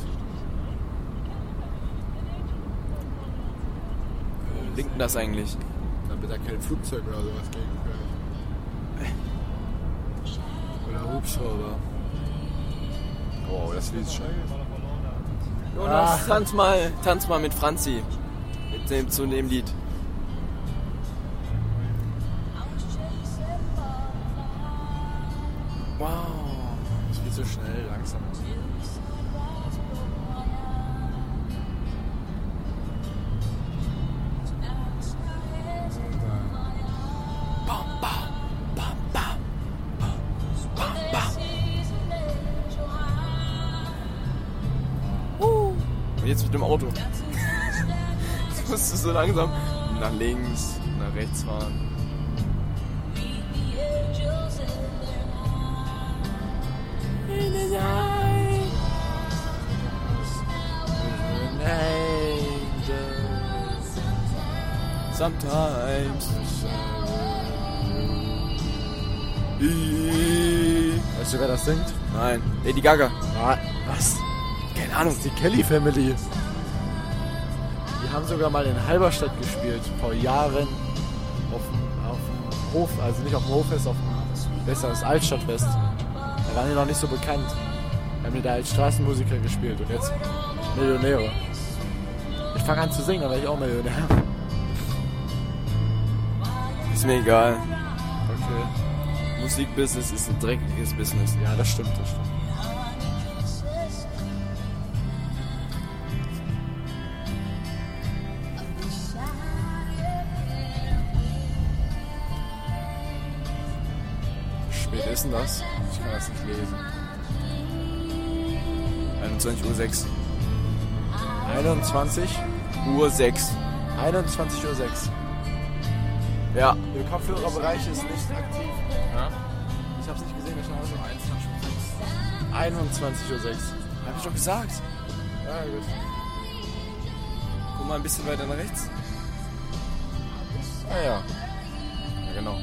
[SPEAKER 1] Linken das eigentlich?
[SPEAKER 7] Damit da kein Flugzeug oder sowas gegen kann. Oder Hubschrauber. Wow, das Lied ist scheiße.
[SPEAKER 1] Jonas, tanz mal, tanz mal mit Franzi. Mit dem, zu dem Lied. Wow.
[SPEAKER 7] Das geht so schnell, langsam.
[SPEAKER 1] Und jetzt mit dem Auto. Jetzt musst du so langsam nach links, nach rechts fahren. Sometimes.
[SPEAKER 7] Weißt du, wer das singt?
[SPEAKER 1] Nein, Lady Gaga.
[SPEAKER 7] Ah, was?
[SPEAKER 1] Keine Ahnung.
[SPEAKER 7] Die Kelly Family. Die haben sogar mal in Halberstadt gespielt, vor Jahren. Auf dem, auf dem Hof, also nicht auf dem Hoffest, auf dem, besser, das Altstadtfest. Da waren die noch nicht so bekannt. Da haben die da als Straßenmusiker gespielt und jetzt Millionäre. Ich fange an zu singen, dann werde ich auch Millionär.
[SPEAKER 1] Ist mir egal.
[SPEAKER 7] Okay.
[SPEAKER 1] Musikbusiness ist ein dreckiges Business.
[SPEAKER 7] Ja, das stimmt, das stimmt. Wie Spät ist denn das? Ich kann das nicht lesen.
[SPEAKER 1] 21.06
[SPEAKER 7] 21?
[SPEAKER 1] Uhr. Uhr 6.
[SPEAKER 7] 21.06 Uhr.
[SPEAKER 1] Ja.
[SPEAKER 7] Ihr Kopfhörerbereich ist nicht aktiv. Ich hab's nicht gesehen, ich habe schon
[SPEAKER 1] um
[SPEAKER 7] 21.06 Uhr. 21.06
[SPEAKER 1] Hab ich doch gesagt.
[SPEAKER 7] Ja, gut.
[SPEAKER 1] Guck mal ein bisschen weiter nach rechts.
[SPEAKER 7] Ah ja.
[SPEAKER 1] Ja, genau.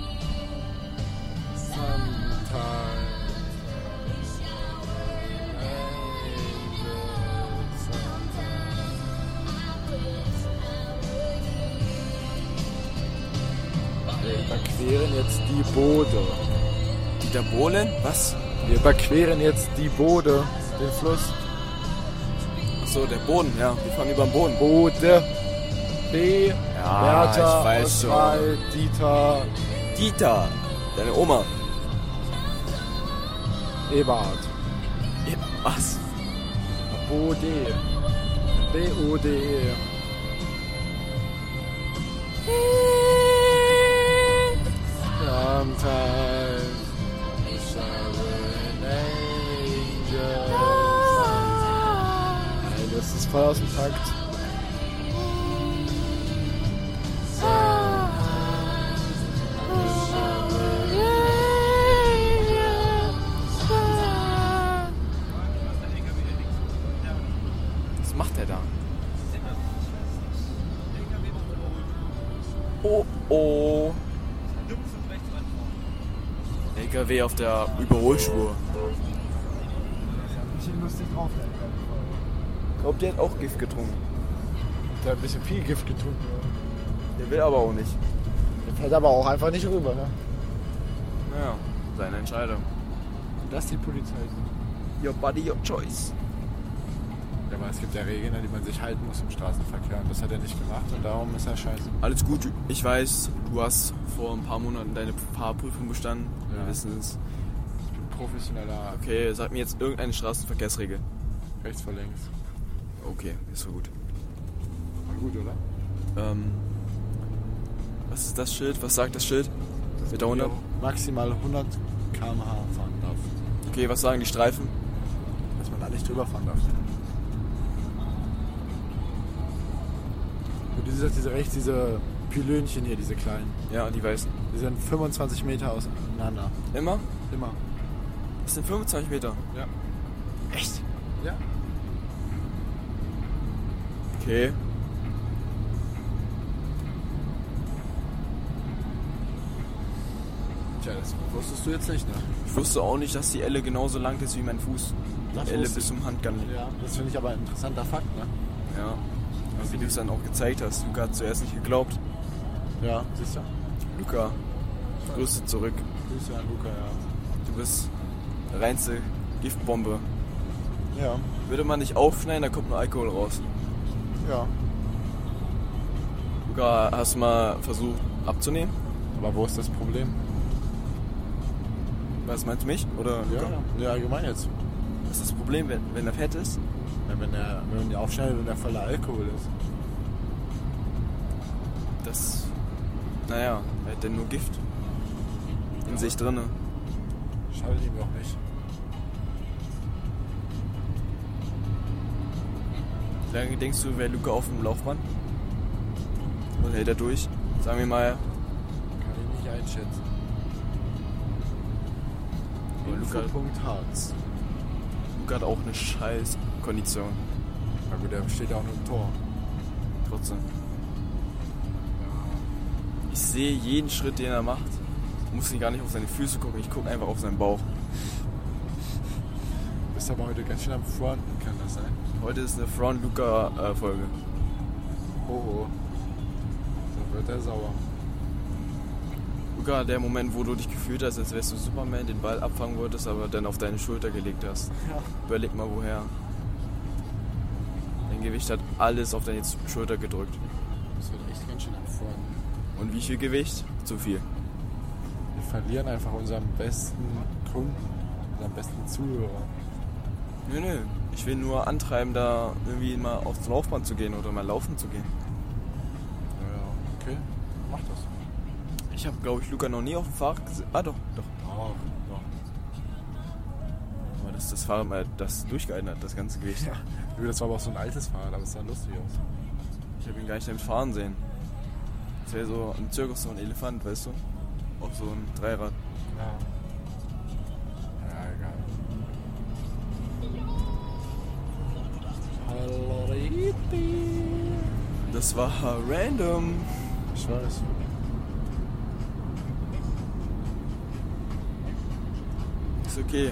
[SPEAKER 7] Wir überqueren jetzt die Bode.
[SPEAKER 1] Dieter Bohlen? Was?
[SPEAKER 7] Wir überqueren jetzt die Bode, den Fluss.
[SPEAKER 1] Achso, der Boden, ja. Wir fahren über den Boden.
[SPEAKER 7] Bode. B.
[SPEAKER 1] Ja,
[SPEAKER 7] Bertha,
[SPEAKER 1] Ah, ich weiß schon.
[SPEAKER 7] Oswald, Dieter,
[SPEAKER 1] Dieter, deine Oma.
[SPEAKER 7] Eberhard.
[SPEAKER 1] Was?
[SPEAKER 7] Bode. B-O-D-E. Sometimes I an angel. Nein, das ist voll aus dem Takt.
[SPEAKER 1] Was macht er da? Oh oh. LKW auf der Überholspur. Ich glaube, der hat auch Gift getrunken.
[SPEAKER 7] Der hat ein bisschen viel Gift getrunken.
[SPEAKER 1] Der will aber auch nicht.
[SPEAKER 7] Der fährt aber auch einfach nicht rüber, ne?
[SPEAKER 1] Naja, seine Entscheidung.
[SPEAKER 7] Lass die Polizei.
[SPEAKER 2] Your body, your choice.
[SPEAKER 7] Ja, aber es gibt ja Regeln, an die man sich halten muss im Straßenverkehr. Und das hat er nicht gemacht und darum ist er scheiße.
[SPEAKER 1] Alles gut, ich weiß, du hast vor ein paar Monaten deine Fahrprüfung bestanden. Wir wissen es.
[SPEAKER 7] Ich bin professioneller
[SPEAKER 1] Okay, sag mir jetzt irgendeine Straßenverkehrsregel.
[SPEAKER 7] rechts vor links.
[SPEAKER 1] Okay, ist so gut.
[SPEAKER 7] War gut, oder?
[SPEAKER 1] Ähm, was ist das Schild? Was sagt das Schild? Mit der 100?
[SPEAKER 7] Maximal 100 km/h fahren darf.
[SPEAKER 1] Okay, was sagen die Streifen?
[SPEAKER 7] Dass man da nicht drüber fahren darf. Und diese, diese rechts, diese Pilönchen hier, diese kleinen,
[SPEAKER 1] Ja, und die Weißen.
[SPEAKER 7] die sind 25 Meter auseinander.
[SPEAKER 1] Immer?
[SPEAKER 7] Immer.
[SPEAKER 1] Das sind 25 Meter.
[SPEAKER 7] Ja.
[SPEAKER 1] Echt?
[SPEAKER 7] Ja.
[SPEAKER 1] Okay.
[SPEAKER 7] Tja, das wusstest du jetzt nicht, ne?
[SPEAKER 1] Ich wusste auch nicht, dass die Elle genauso lang ist wie mein Fuß.
[SPEAKER 7] Das
[SPEAKER 1] Die Elle
[SPEAKER 7] wusste
[SPEAKER 1] bis
[SPEAKER 7] ich.
[SPEAKER 1] zum Handgang.
[SPEAKER 7] Ja, das finde ich aber ein interessanter Fakt, ne?
[SPEAKER 1] Ja. Und wie du es dann auch gezeigt hast. Luca hat zuerst nicht geglaubt.
[SPEAKER 7] Ja, siehst du?
[SPEAKER 1] Luca, Grüße zurück.
[SPEAKER 7] Grüße an Luca, ja.
[SPEAKER 1] Du bist reinste Giftbombe.
[SPEAKER 7] Ja,
[SPEAKER 1] Würde man dich aufschneiden, da kommt nur Alkohol raus.
[SPEAKER 7] ja.
[SPEAKER 1] Luca, hast du mal versucht abzunehmen?
[SPEAKER 7] Aber wo ist das Problem?
[SPEAKER 1] Was meinst du mich? Oder
[SPEAKER 7] Ja,
[SPEAKER 1] Luca?
[SPEAKER 7] ja. ja allgemein jetzt.
[SPEAKER 1] Was ist das Problem, wenn, wenn er fett ist?
[SPEAKER 7] Ja, wenn er wenn er aufschneidet und er voller Alkohol ist.
[SPEAKER 1] Das. Naja, er hat denn nur Gift. In sich drinne.
[SPEAKER 7] Schadet ihm auch nicht.
[SPEAKER 1] Wie lange denkst du, wäre Luca auf dem Laufband? Und hält er durch? Sagen wir mal,
[SPEAKER 7] Kann ich nicht einschätzen.
[SPEAKER 1] oh, Luca,
[SPEAKER 7] Punkt Harz.
[SPEAKER 1] Luca hat auch eine scheiß Kondition.
[SPEAKER 7] Na gut, er steht ja auch nur im Tor.
[SPEAKER 1] Trotzdem. Ich sehe jeden Schritt, den er macht. Ich muss ihn gar nicht auf seine Füße gucken, ich gucke einfach auf seinen Bauch.
[SPEAKER 7] Du bist aber heute ganz schön am Fronten, kann das sein?
[SPEAKER 1] Heute ist eine Front Luca Folge.
[SPEAKER 7] Hoho. So wird er sauer.
[SPEAKER 1] Luca, der Moment, wo du dich gefühlt hast, als wärst du Superman, den Ball abfangen wolltest, aber dann auf deine Schulter gelegt hast.
[SPEAKER 7] Ja.
[SPEAKER 1] Überleg mal woher. Dein Gewicht hat alles auf deine Schulter gedrückt.
[SPEAKER 7] Das wird echt ganz schön am Fronten.
[SPEAKER 1] Und wie viel Gewicht? Zu viel.
[SPEAKER 7] Wir verlieren einfach unseren besten Kunden, unseren besten Zuhörer.
[SPEAKER 1] Nö, nö. Ich will nur antreiben, da irgendwie mal aufs Laufband zu gehen oder mal laufen zu gehen.
[SPEAKER 7] Ja, okay. Mach das.
[SPEAKER 1] Ich habe, glaube ich, Luca noch nie auf dem Fahrrad gesehen. Ah, doch, doch.
[SPEAKER 7] Doch, doch.
[SPEAKER 1] Aber dass das Fahrrad mal das durchgehalten hat, das ganze Gewicht.
[SPEAKER 7] Gut, Das war aber auch so ein altes Fahrrad, aber es sah lustig aus.
[SPEAKER 1] Ich habe ihn gar nicht damit fahren sehen. Das wäre so im Zirkus so ein Elefant, weißt du? Auf so ein Dreirad.
[SPEAKER 7] Ja. Ja, egal. Hallo, Riti.
[SPEAKER 1] Das war random.
[SPEAKER 7] Ich weiß.
[SPEAKER 1] Ist okay.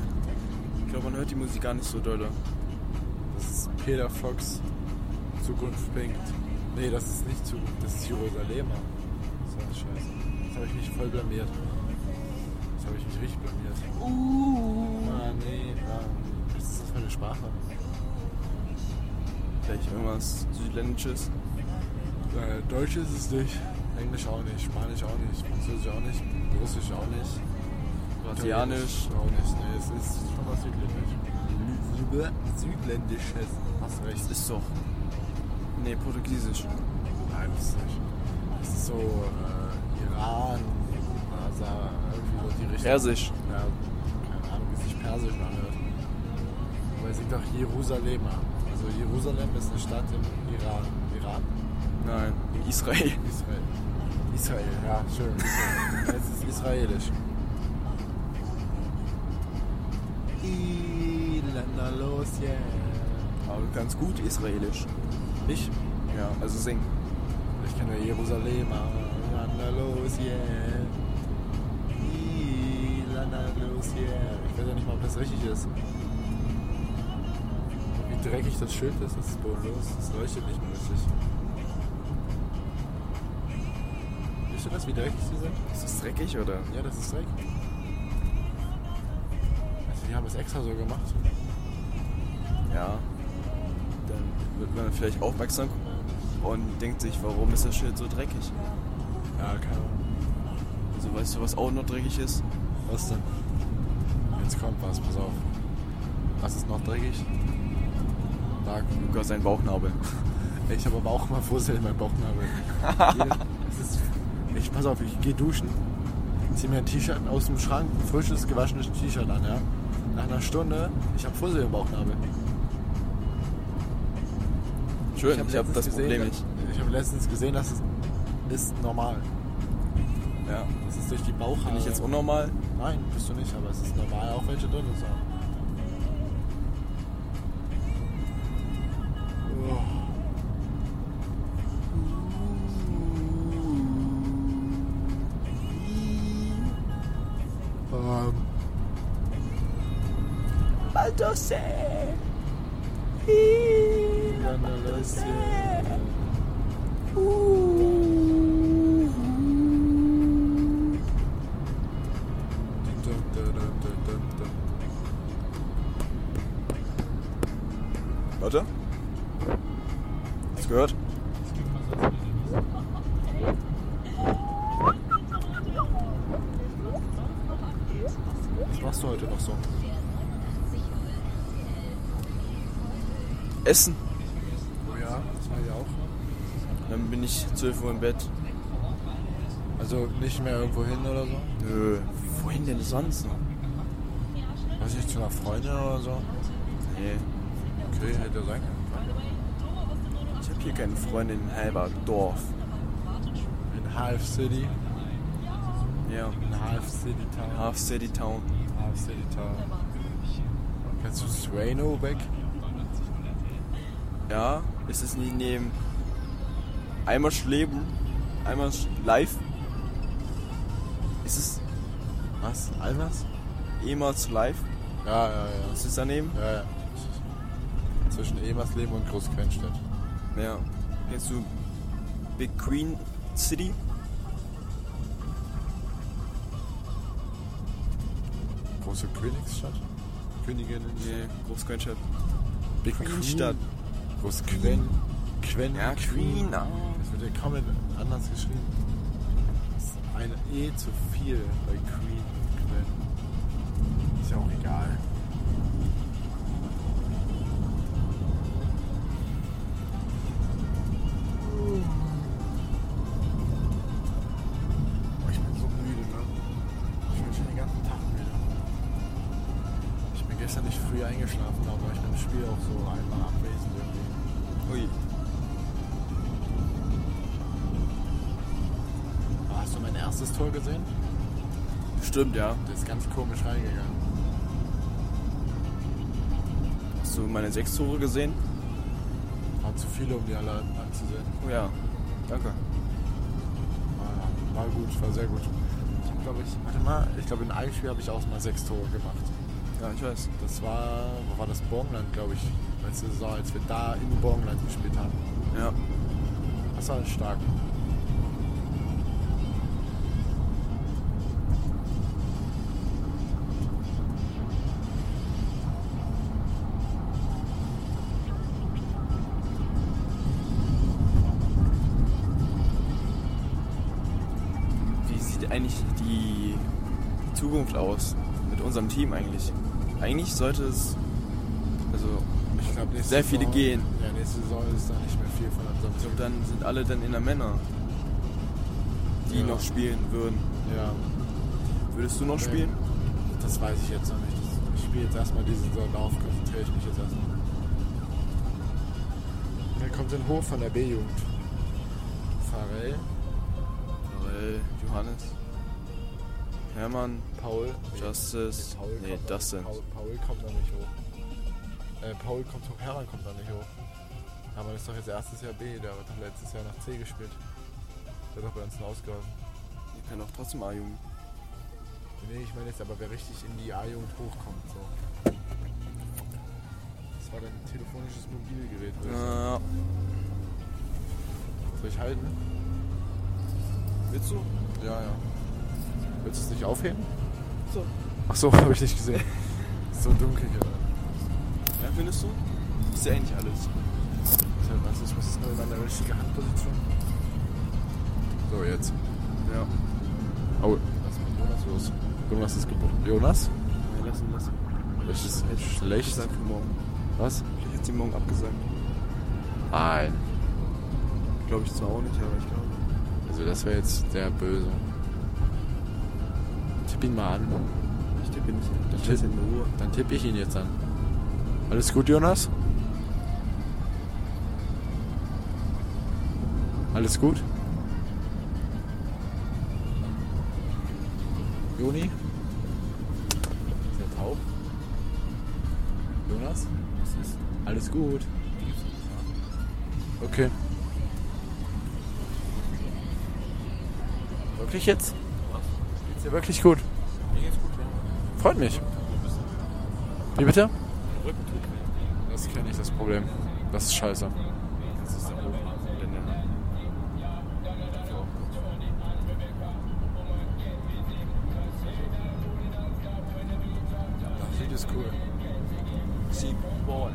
[SPEAKER 1] Ich glaube, man hört die Musik gar nicht so doll.
[SPEAKER 7] Das ist Peter Fox. Zukunft bringt. Nee, das ist nicht Zukunft, das ist Jerusalem. So eine Scheiße. Jetzt habe ich mich voll blamiert. Jetzt habe ich mich richtig blamiert. Uh. Ah, nee, ah. Was ist das für eine Sprache?
[SPEAKER 1] Vielleicht irgendwas Südländisches.
[SPEAKER 7] Äh, Deutsch ist es nicht. Englisch auch nicht. Spanisch auch nicht. Französisch auch nicht. Russisch auch nicht.
[SPEAKER 1] Brasilianisch.
[SPEAKER 7] Auch nicht, nee, es ist schon was Südländisch. Südländisches. Hast recht.
[SPEAKER 1] Das ist doch. Nee, Portugiesisch.
[SPEAKER 7] Nein, das ist nicht. Das ist so äh, Iran, Nasa, irgendwie so die Richtung.
[SPEAKER 1] Persisch.
[SPEAKER 7] Ja, keine Ahnung, wie sich Persisch anhört. Aber es liegt doch Jerusalem an. Also Jerusalem ist eine Stadt im Iran. Iran?
[SPEAKER 1] Nein, in Israel.
[SPEAKER 7] Israel. Israel, ja, schön. es ist israelisch. Irlander los, yeah.
[SPEAKER 1] Aber ganz gut israelisch.
[SPEAKER 7] Ich?
[SPEAKER 1] Ja, also singen.
[SPEAKER 7] Ich kenne nur Jerusalem. Irlander los, yeah. Irlander los, yeah. Ich weiß ja nicht mal, ob das richtig ist. Wie dreckig das Schild ist, das ist bodenlos. Das leuchtet nicht mehr richtig. Wisst ihr das, wie dreckig sie sind?
[SPEAKER 1] Ist das dreckig oder?
[SPEAKER 7] Ja, das ist Dreck. Also die haben es extra so gemacht.
[SPEAKER 1] ja, dann wird man vielleicht aufmerksam und denkt sich, warum ist das Schild so dreckig?
[SPEAKER 7] Ja, keine Ahnung.
[SPEAKER 1] Also weißt du, was auch noch dreckig ist?
[SPEAKER 7] Was denn? Jetzt kommt was, pass auf. Was ist noch dreckig? Dark.
[SPEAKER 1] Luca, sein Bauchnabel.
[SPEAKER 7] Ich habe aber auch mal Fussel in meinem Bauchnabel. Das ist, ich pass auf, ich gehe duschen. Zieh mir ein T-Shirt aus dem Schrank, ein frisches, gewaschenes T-Shirt an, ja. Nach einer Stunde, ich habe Fussel im Bauchnabel.
[SPEAKER 1] Schön, ich habe
[SPEAKER 7] letztens
[SPEAKER 1] hab das
[SPEAKER 7] gesehen,
[SPEAKER 1] Problem nicht.
[SPEAKER 7] Ich habe letztens gesehen, das ist, ist normal.
[SPEAKER 1] Ja.
[SPEAKER 7] Das ist durch die Bauchhaare.
[SPEAKER 1] Bin ich jetzt unnormal?
[SPEAKER 7] Nein, bist du nicht, aber es ist normal, auch welche drin zu haben.
[SPEAKER 11] Baldosse!
[SPEAKER 1] Leute? Hast du gehört?
[SPEAKER 7] Was machst du heute noch so?
[SPEAKER 1] Essen.
[SPEAKER 7] Oh ja, das war ich auch.
[SPEAKER 1] Dann bin ich 12 Uhr im Bett.
[SPEAKER 7] Also nicht mehr irgendwo hin oder so?
[SPEAKER 1] Nö, wohin denn sonst noch?
[SPEAKER 7] Weiß nicht, zu einer Freundin oder so?
[SPEAKER 1] Nee,
[SPEAKER 7] Okay, hätte sein können.
[SPEAKER 1] ich habe hier keine Freundin in halber Dorf.
[SPEAKER 7] In Half City.
[SPEAKER 1] Ja,
[SPEAKER 7] In Half City Town.
[SPEAKER 1] Half City Town.
[SPEAKER 7] Half City Town. Kennst du Swayno weg?
[SPEAKER 1] Ja, ist es nicht neben einmal Schleben, einmal Sch- live? Ist es
[SPEAKER 7] Was? Almas?
[SPEAKER 1] ehemals live?
[SPEAKER 7] Ja, ja, ja.
[SPEAKER 1] Ist es daneben?
[SPEAKER 7] ja, ja. Zwischen Emersleben und Großquenstedt.
[SPEAKER 1] Ja. Kennst du Big Queen City?
[SPEAKER 7] Große Königsstadt? Königinnen?
[SPEAKER 1] Nee, Großquenstadt.
[SPEAKER 7] Big
[SPEAKER 1] Queenstadt.
[SPEAKER 7] Große Quen. Quen.
[SPEAKER 1] Ja, Queen. ah.
[SPEAKER 7] Das wird ja kaum anders geschrieben. Das ist ein E zu viel bei Queen und Gwen. Ist ja auch egal. Oh, ich bin so müde, ne? Ich bin schon den ganzen Tag müde. Ich bin gestern nicht früh eingeschlafen, aber ich bin im Spiel auch so einmal abwesend irgendwie.
[SPEAKER 1] Ui.
[SPEAKER 7] Ah, Hast du mein erstes Tor gesehen?
[SPEAKER 1] Stimmt, ja.
[SPEAKER 7] Der ist ganz komisch reingegangen.
[SPEAKER 1] Hast du meine sechs Tore gesehen?
[SPEAKER 7] Waren zu viele, um die alle anzusehen.
[SPEAKER 1] Oh ja. Danke.
[SPEAKER 7] War, war gut, war sehr gut. Ich hab, glaube ich, warte mal, ich glaube, in einem Spiel habe ich auch mal sechs Tore gemacht.
[SPEAKER 1] Ja, ich weiß.
[SPEAKER 7] Das war, wo war das? Bornland, glaube ich. Letzte Saison, als wir da in Bornland gespielt haben.
[SPEAKER 1] Ja.
[SPEAKER 7] Das war stark.
[SPEAKER 1] Wie sieht eigentlich die Zukunft aus mit unserem Team eigentlich? Eigentlich sollte es. Also,
[SPEAKER 7] Ich glaub, nächste
[SPEAKER 1] Sehr viele
[SPEAKER 7] Saison-
[SPEAKER 1] gehen.
[SPEAKER 7] Ja, nächste Saison ist da nicht mehr viel von unserem
[SPEAKER 1] ich glaube,
[SPEAKER 7] Team.
[SPEAKER 1] dann sind alle dann in der Männer, die
[SPEAKER 7] Ja.
[SPEAKER 1] noch spielen würden.
[SPEAKER 7] Ja,
[SPEAKER 1] Würdest du noch spielen?
[SPEAKER 7] das weiß ich jetzt noch nicht. Das- Ich spiele jetzt erstmal diese Saison auf, konzentriere ich mich jetzt erstmal. Dann kommt ein Hof von der B-Jugend. Farel,
[SPEAKER 1] Weil Johannes, Hermann,
[SPEAKER 7] Paul.
[SPEAKER 1] Justice.
[SPEAKER 7] Paul
[SPEAKER 1] Nee,
[SPEAKER 7] kommt
[SPEAKER 1] das
[SPEAKER 7] noch-
[SPEAKER 1] sind.
[SPEAKER 7] Paul, Paul kommt noch nicht hoch. Äh, Paul kommt hoch, Hermann kommt noch nicht hoch. Hermann ist doch jetzt erstes Jahr B, der hat doch letztes Jahr nach C gespielt. Der hat doch bei uns noch ausgeholfen.
[SPEAKER 1] Die können auch trotzdem A-Jugend.
[SPEAKER 7] Nee, ich meine jetzt aber, wer richtig in die A-Jugend hochkommt. So. Das war dein telefonisches Mobilgerät. würde ich sagen.
[SPEAKER 1] Ja.
[SPEAKER 7] Soll ich halten?
[SPEAKER 1] Willst du?
[SPEAKER 7] Ja, ja. Willst du es nicht aufheben? So. Ach so, habe ich nicht gesehen. Ist so dunkel hier.
[SPEAKER 1] Ja, findest du?
[SPEAKER 7] ist ja eigentlich alles.
[SPEAKER 9] Ist halt was, ich muss es nur in meine richtige Handposition.
[SPEAKER 7] So, jetzt.
[SPEAKER 9] Ja.
[SPEAKER 7] Au.
[SPEAKER 9] Lass mal Jonas los.
[SPEAKER 7] Jonas ist geboren. Jonas?
[SPEAKER 9] Ja, lass ihn, lass ihn.
[SPEAKER 7] Das ist schlecht.
[SPEAKER 1] Sag für morgen.
[SPEAKER 7] Was?
[SPEAKER 1] Ich hätte sie morgen abgesagt.
[SPEAKER 7] Nein.
[SPEAKER 1] Glaube ich zwar auch nicht, aber ich glaube.
[SPEAKER 7] Also das wäre jetzt der Böse. Tipp ihn mal an.
[SPEAKER 1] Ich tippe nicht.
[SPEAKER 7] Dann
[SPEAKER 1] Ich lasse
[SPEAKER 7] tipp-
[SPEAKER 1] ihn in Ruhe.
[SPEAKER 7] Dann tippe ich ihn jetzt an. Alles gut, Jonas? Alles gut? Juni? Ist er taub? Jonas? Was ist? Alles gut. Okay. Wirklich jetzt? Geht's dir wirklich gut?
[SPEAKER 6] Mir geht's gut, ja.
[SPEAKER 7] Freut mich. Wie bitte?
[SPEAKER 6] Der Rücken tut weh.
[SPEAKER 7] Das kenne ich, das Problem. Das ist scheiße.
[SPEAKER 6] Das ist der Rücken. Denn der
[SPEAKER 7] Das Lied ist cool.
[SPEAKER 6] Sieg Ball.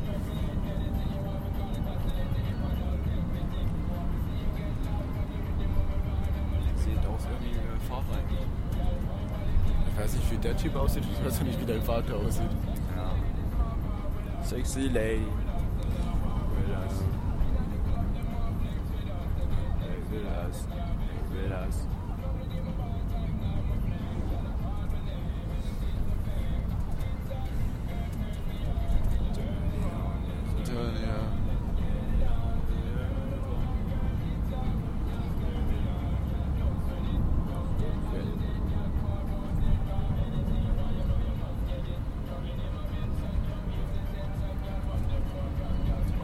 [SPEAKER 6] Sieht aus irgendwie wie ein Fahrer eigentlich.
[SPEAKER 7] Ich weiß nicht, wie der Typ aussieht. Ich weiß auch nicht, wie dein Vater aussieht.
[SPEAKER 6] Ja.
[SPEAKER 1] Sexy Lady.
[SPEAKER 6] Ich will das. Ich will das. Ich will das.
[SPEAKER 7] Ja.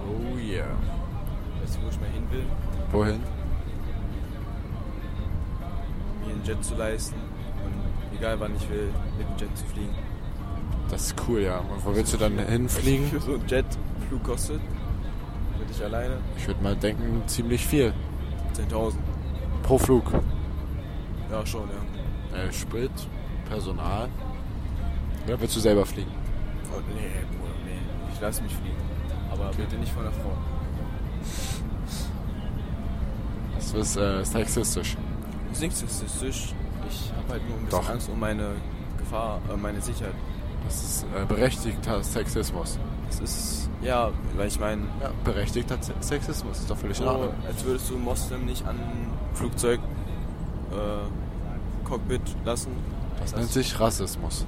[SPEAKER 7] Oh yeah.
[SPEAKER 1] Weißt du, wo ich mal hin will?
[SPEAKER 7] Wohin?
[SPEAKER 1] Mir einen Jet zu leisten. Und egal wann ich will, mit dem Jet zu fliegen.
[SPEAKER 7] Das ist cool, ja. Und wo willst du dann hinfliegen?
[SPEAKER 1] Für so einen Jetflug kostet. Für dich alleine.
[SPEAKER 7] Ich würde mal denken, ziemlich viel.
[SPEAKER 1] 10.000.
[SPEAKER 7] Pro Flug.
[SPEAKER 1] Ja, schon, ja.
[SPEAKER 7] Äh, Sprit, Personal. Oder willst du selber fliegen?
[SPEAKER 1] Oh, nee, Bruder, nee. Ich lasse mich fliegen. Aber bitte nicht von der Frau.
[SPEAKER 7] Das ist, äh, sexistisch.
[SPEAKER 1] Ist nichts sexistisch. Ich habe halt nur ein bisschen
[SPEAKER 7] Doch.
[SPEAKER 1] Angst um meine Gefahr, äh, meine Sicherheit.
[SPEAKER 7] Das ist äh, berechtigter Sexismus.
[SPEAKER 1] Es ist, ja, weil ich meine,
[SPEAKER 7] Ja, berechtigter Se- Sexismus. Ist doch völlig in
[SPEAKER 1] so,
[SPEAKER 7] Ordnung.
[SPEAKER 1] als würdest du Moslem nicht an Flugzeug äh, Cockpit lassen.
[SPEAKER 7] Das nennt sich Rassismus.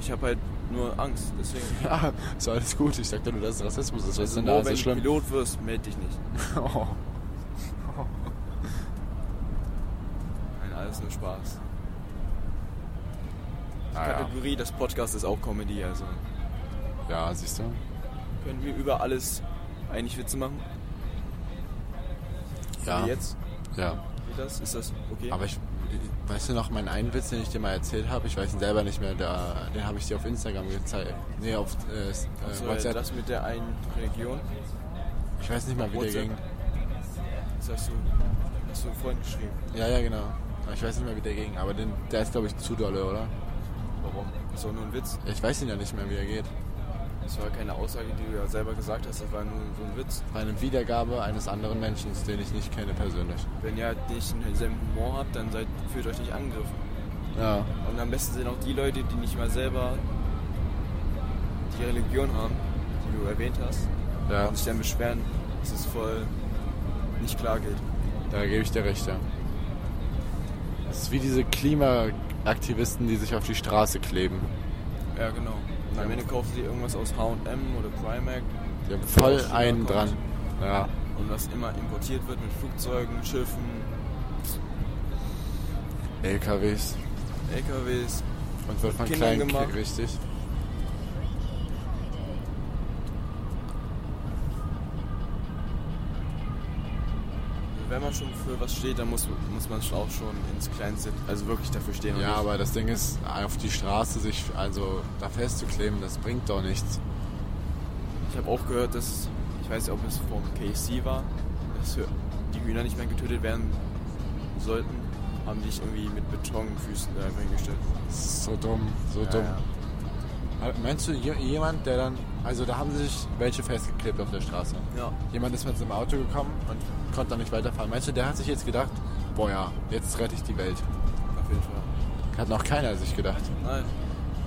[SPEAKER 1] Ich habe halt nur Angst, deswegen.
[SPEAKER 7] Ja, ist alles gut. Ich sag dir nur, dass es Rassismus ist. Was ist denn da
[SPEAKER 1] Mo, wenn
[SPEAKER 7] so
[SPEAKER 1] du
[SPEAKER 7] schlimm?
[SPEAKER 1] Pilot wirst, melde dich nicht.
[SPEAKER 7] Oh.
[SPEAKER 1] Nein, alles nur Spaß. Die
[SPEAKER 7] Ah, ja.
[SPEAKER 1] Kategorie, das Podcast ist auch Comedy, also
[SPEAKER 7] Ja, siehst du?
[SPEAKER 1] können wir über alles eigentlich Witze machen. So
[SPEAKER 7] Ja.
[SPEAKER 1] Wie jetzt?
[SPEAKER 7] Ja.
[SPEAKER 1] Geht das? Ist das okay?
[SPEAKER 7] Aber ich, ich- weißt du noch meinen einen Witz, den ich dir mal erzählt habe? Ich weiß ihn selber nicht mehr. Da, den habe ich dir auf Instagram gezeigt. Nee, auf äh, s- äh,
[SPEAKER 1] Also,
[SPEAKER 7] WhatsApp.
[SPEAKER 1] das mit der einen Religion,
[SPEAKER 7] Ich weiß nicht mal, wie der
[SPEAKER 1] WhatsApp.
[SPEAKER 7] ging.
[SPEAKER 1] das hast du, hast du einem Freund geschrieben.
[SPEAKER 7] Ja, ja, genau. Aber ich weiß nicht mehr, wie der ging. Aber den, der ist, glaube ich, zu dolle, oder?
[SPEAKER 1] Warum? Das war nur ein Witz.
[SPEAKER 7] Ich weiß ihn ja nicht mehr, wie er geht.
[SPEAKER 1] Das war keine Aussage, die du ja selber gesagt hast, das war nur so ein Witz.
[SPEAKER 7] Bei einer Wiedergabe eines anderen Menschen, den ich nicht kenne persönlich.
[SPEAKER 1] Wenn ihr halt nicht denselben Humor habt, dann seid, fühlt euch nicht angegriffen.
[SPEAKER 7] Ja.
[SPEAKER 1] Und am besten sind auch die Leute, die nicht mal selber die Religion haben, die du erwähnt hast,
[SPEAKER 7] Ja,
[SPEAKER 1] und sich dann beschweren, dass es voll nicht klar geht.
[SPEAKER 7] da gebe ich dir recht, ja. Das ist wie diese Klimaaktivisten, die sich auf die Straße kleben.
[SPEAKER 1] Ja, genau. Und am Ende kaufen sie irgendwas aus H&M oder Primark
[SPEAKER 7] Die haben voll einen dran. Ja.
[SPEAKER 1] und was immer importiert wird mit Flugzeugen, Schiffen,
[SPEAKER 7] LKWs.
[SPEAKER 1] LKWs.
[SPEAKER 7] Und wird von
[SPEAKER 1] Kindern
[SPEAKER 7] kleinen Kindern
[SPEAKER 1] gemacht.
[SPEAKER 7] richtig.
[SPEAKER 1] Wenn man schon für was steht, dann muss, muss man schon auch schon ins Kleinste, also wirklich dafür stehen. und
[SPEAKER 7] Ja,
[SPEAKER 1] nicht-
[SPEAKER 7] aber das Ding ist, auf die Straße sich also da festzukleben, das bringt doch nichts.
[SPEAKER 1] Ich habe auch gehört, dass, ich weiß nicht, ob es vom KFC war, dass Hü- die Hühner nicht mehr getötet werden sollten, haben die sich irgendwie mit Betonfüßen da einfach hingestellt.
[SPEAKER 7] Das ist so dumm, so
[SPEAKER 1] Ja,
[SPEAKER 7] dumm.
[SPEAKER 1] ja.
[SPEAKER 7] Aber Meinst du, je- jemand, der dann Also da haben sich welche festgeklebt auf der Straße.
[SPEAKER 1] Ja.
[SPEAKER 7] Jemand ist mit seinem Auto gekommen und konnte dann nicht weiterfahren. Meinst du, der hat sich jetzt gedacht, boah ja, jetzt rette ich die Welt.
[SPEAKER 1] Auf jeden Fall.
[SPEAKER 7] Hat noch keiner sich gedacht.
[SPEAKER 1] Nein.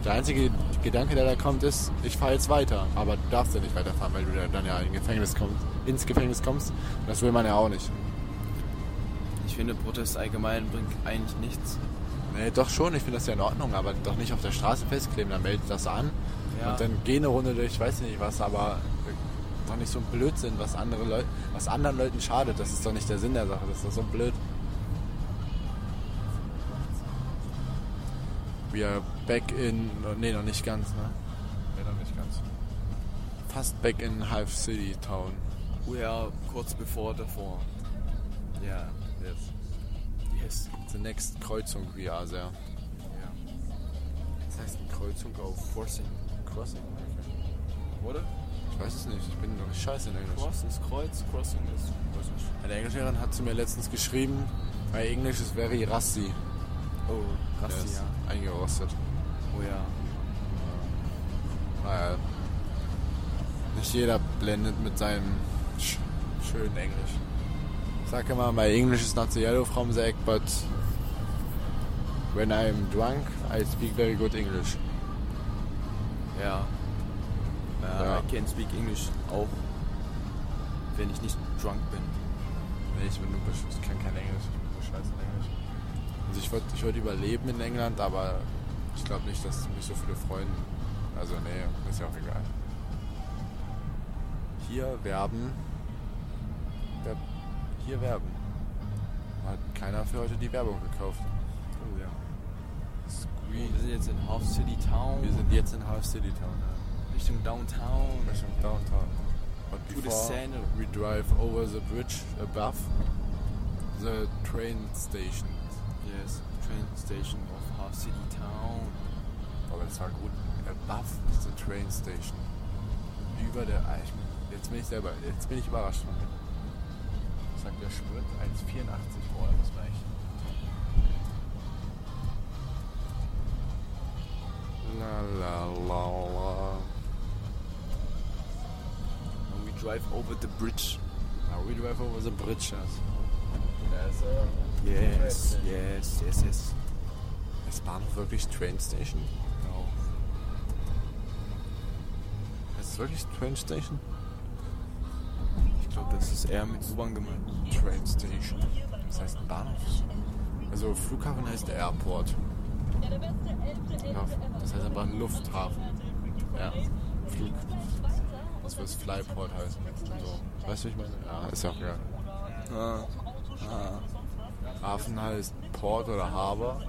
[SPEAKER 7] Der einzige Gedanke, der da kommt, ist, ich fahre jetzt weiter. Aber du darfst ja nicht weiterfahren, weil du ja dann ja in Gefängnis kommst, ins Gefängnis kommst. Und das will man ja auch nicht.
[SPEAKER 1] Ich finde, Protest allgemein bringt eigentlich nichts.
[SPEAKER 7] Nee, doch schon, ich finde das ja in Ordnung, aber doch nicht auf der Straße festkleben, dann meldet das an
[SPEAKER 1] Ja.
[SPEAKER 7] und dann geh eine Runde durch, ich weiß nicht was, aber äh, doch nicht so ein Blödsinn, was, andere Leu was anderen Leuten schadet, das ist doch nicht der Sinn der Sache, das ist doch so blöd. We are back in, nee, noch nicht ganz, ne?
[SPEAKER 6] Nee, dann nicht ganz.
[SPEAKER 7] Fast back in Half City Town.
[SPEAKER 1] Oh ja, kurz bevor davor.
[SPEAKER 7] Ja, yes.
[SPEAKER 1] Yes.
[SPEAKER 7] The next Kreuzung we are there. Ja. Das heißt Kreuzung auf Crossing. Crossing? Okay.
[SPEAKER 1] Oder?
[SPEAKER 7] Ich weiß es nicht, ich bin doch scheiße in Englisch.
[SPEAKER 1] Cross ist Kreuz, Crossing ist. Weiß nicht.
[SPEAKER 7] Eine Englischlehrerin hat zu mir letztens geschrieben, mein Englisch ist very rusty.
[SPEAKER 1] Oh,
[SPEAKER 7] Der
[SPEAKER 1] Rassi,
[SPEAKER 7] ist
[SPEAKER 1] ja.
[SPEAKER 7] Eingerostet.
[SPEAKER 1] Oh ja.
[SPEAKER 7] Naja. Nicht jeder blendet mit seinem sch schönen Englisch. Ich sag immer, my English is not so yellow from the egg, but when I'm drunk, I speak very good English.
[SPEAKER 1] Ja. Äh,
[SPEAKER 7] Ja.
[SPEAKER 1] I can speak English auch, wenn ich nicht drunk bin.
[SPEAKER 7] Nee, ich bin nur besch- ich kann kein Englisch, ich bin nur scheiße in Englisch. Also ich wollte ich wollt überleben in England, aber ich glaube nicht, dass mich so viele freuen. Also nee, ist ja auch egal. Hier werben. Wer, hier werben. Hat keiner für heute die Werbung gekauft.
[SPEAKER 1] Oh ja.
[SPEAKER 7] Squeeze.
[SPEAKER 1] Wir sind jetzt in Half City Town.
[SPEAKER 7] Wir sind jetzt in Half City Town.
[SPEAKER 1] Richtung Downtown.
[SPEAKER 7] Ja. Richtung Downtown. But
[SPEAKER 1] To the
[SPEAKER 7] before
[SPEAKER 1] center.
[SPEAKER 7] we drive over the bridge above the train station.
[SPEAKER 1] Yes, train station of Half City Town.
[SPEAKER 7] Aber das war gut. Above the train station. Über der. Ah, ich, bin- jetzt bin ich selber. Jetzt bin ich überrascht von mir. Sagt der Sprit 1,84. Boah, das war echt. La la la la.
[SPEAKER 1] And we drive over the bridge.
[SPEAKER 7] Now we drive over the bridge.
[SPEAKER 1] Yes, yes, yes, yes.
[SPEAKER 7] Ist Bahnhof wirklich Train Station?
[SPEAKER 1] No.
[SPEAKER 7] Ist es wirklich Train Station?
[SPEAKER 1] Ich glaube, das ist eher mit U-Bahn gemeint.
[SPEAKER 7] Train Station. Das heißt ein Bahnhof. Also Flughafen heißt Airport. Ja, das heißt einfach Lufthafen. Ja. Flug. Das wird Flyport heißen. So. Weißt du, wie ich meine? Ja, ist ja auch egal.
[SPEAKER 1] Ah. Ah.
[SPEAKER 7] Hafen heißt Port oder Harbor.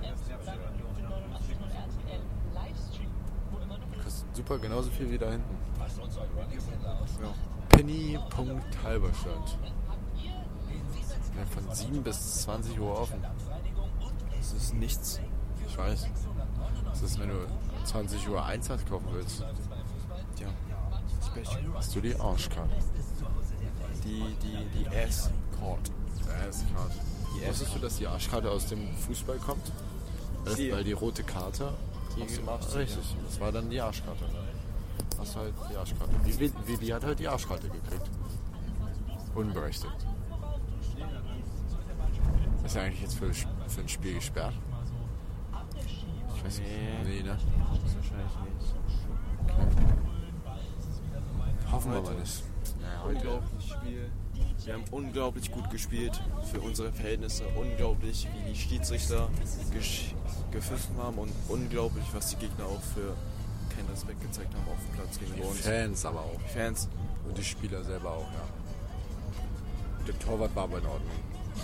[SPEAKER 7] Kostet super genauso viel wie da hinten. Ja. Penny.halberstadt. Ja, von 7 bis 20 Uhr offen.
[SPEAKER 1] Das ist nichts.
[SPEAKER 7] Ich weiß. Das ist, wenn du 20 Uhr Einsatz kaufen willst.
[SPEAKER 1] Ja.
[SPEAKER 7] Hast du die Arschkarte?
[SPEAKER 1] Die, die, die S-Card.
[SPEAKER 7] Arschkarte. Wusstest du, dass die Arschkarte aus dem Fußball kommt? Das, halt
[SPEAKER 1] Die-
[SPEAKER 7] weil die rote Karte. aus dem
[SPEAKER 1] gemacht,
[SPEAKER 7] Arsch- richtig. Das war dann die Arschkarte. Hast du halt die Arschkarte. Vivi, Vivi hat halt die Arschkarte gekriegt. Unberechtigt. Ist ja eigentlich jetzt für, für ein Spiel gesperrt. Ich weiß nicht. Nee, ne?
[SPEAKER 1] Wahrscheinlich nicht.
[SPEAKER 7] Hoffen wir mal nicht. Ja, heute.
[SPEAKER 1] Unglaublich Spiel. Wir haben unglaublich gut gespielt für unsere Verhältnisse. Unglaublich, wie die Schiedsrichter gesch- gepfiffen haben und unglaublich, was die Gegner auch für keinen Respekt gezeigt haben auf dem Platz gegen
[SPEAKER 7] Die
[SPEAKER 1] uns.
[SPEAKER 7] Fans aber auch.
[SPEAKER 1] Fans,
[SPEAKER 7] Und die Spieler selber auch, ja. Der Torwart war aber in Ordnung.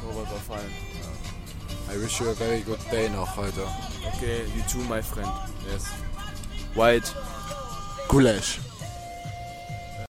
[SPEAKER 1] Torwart war fein.
[SPEAKER 7] I wish you a very good day noch heute.
[SPEAKER 1] Okay, you too, my friend.
[SPEAKER 7] Yes.
[SPEAKER 1] White.
[SPEAKER 7] Gulasch.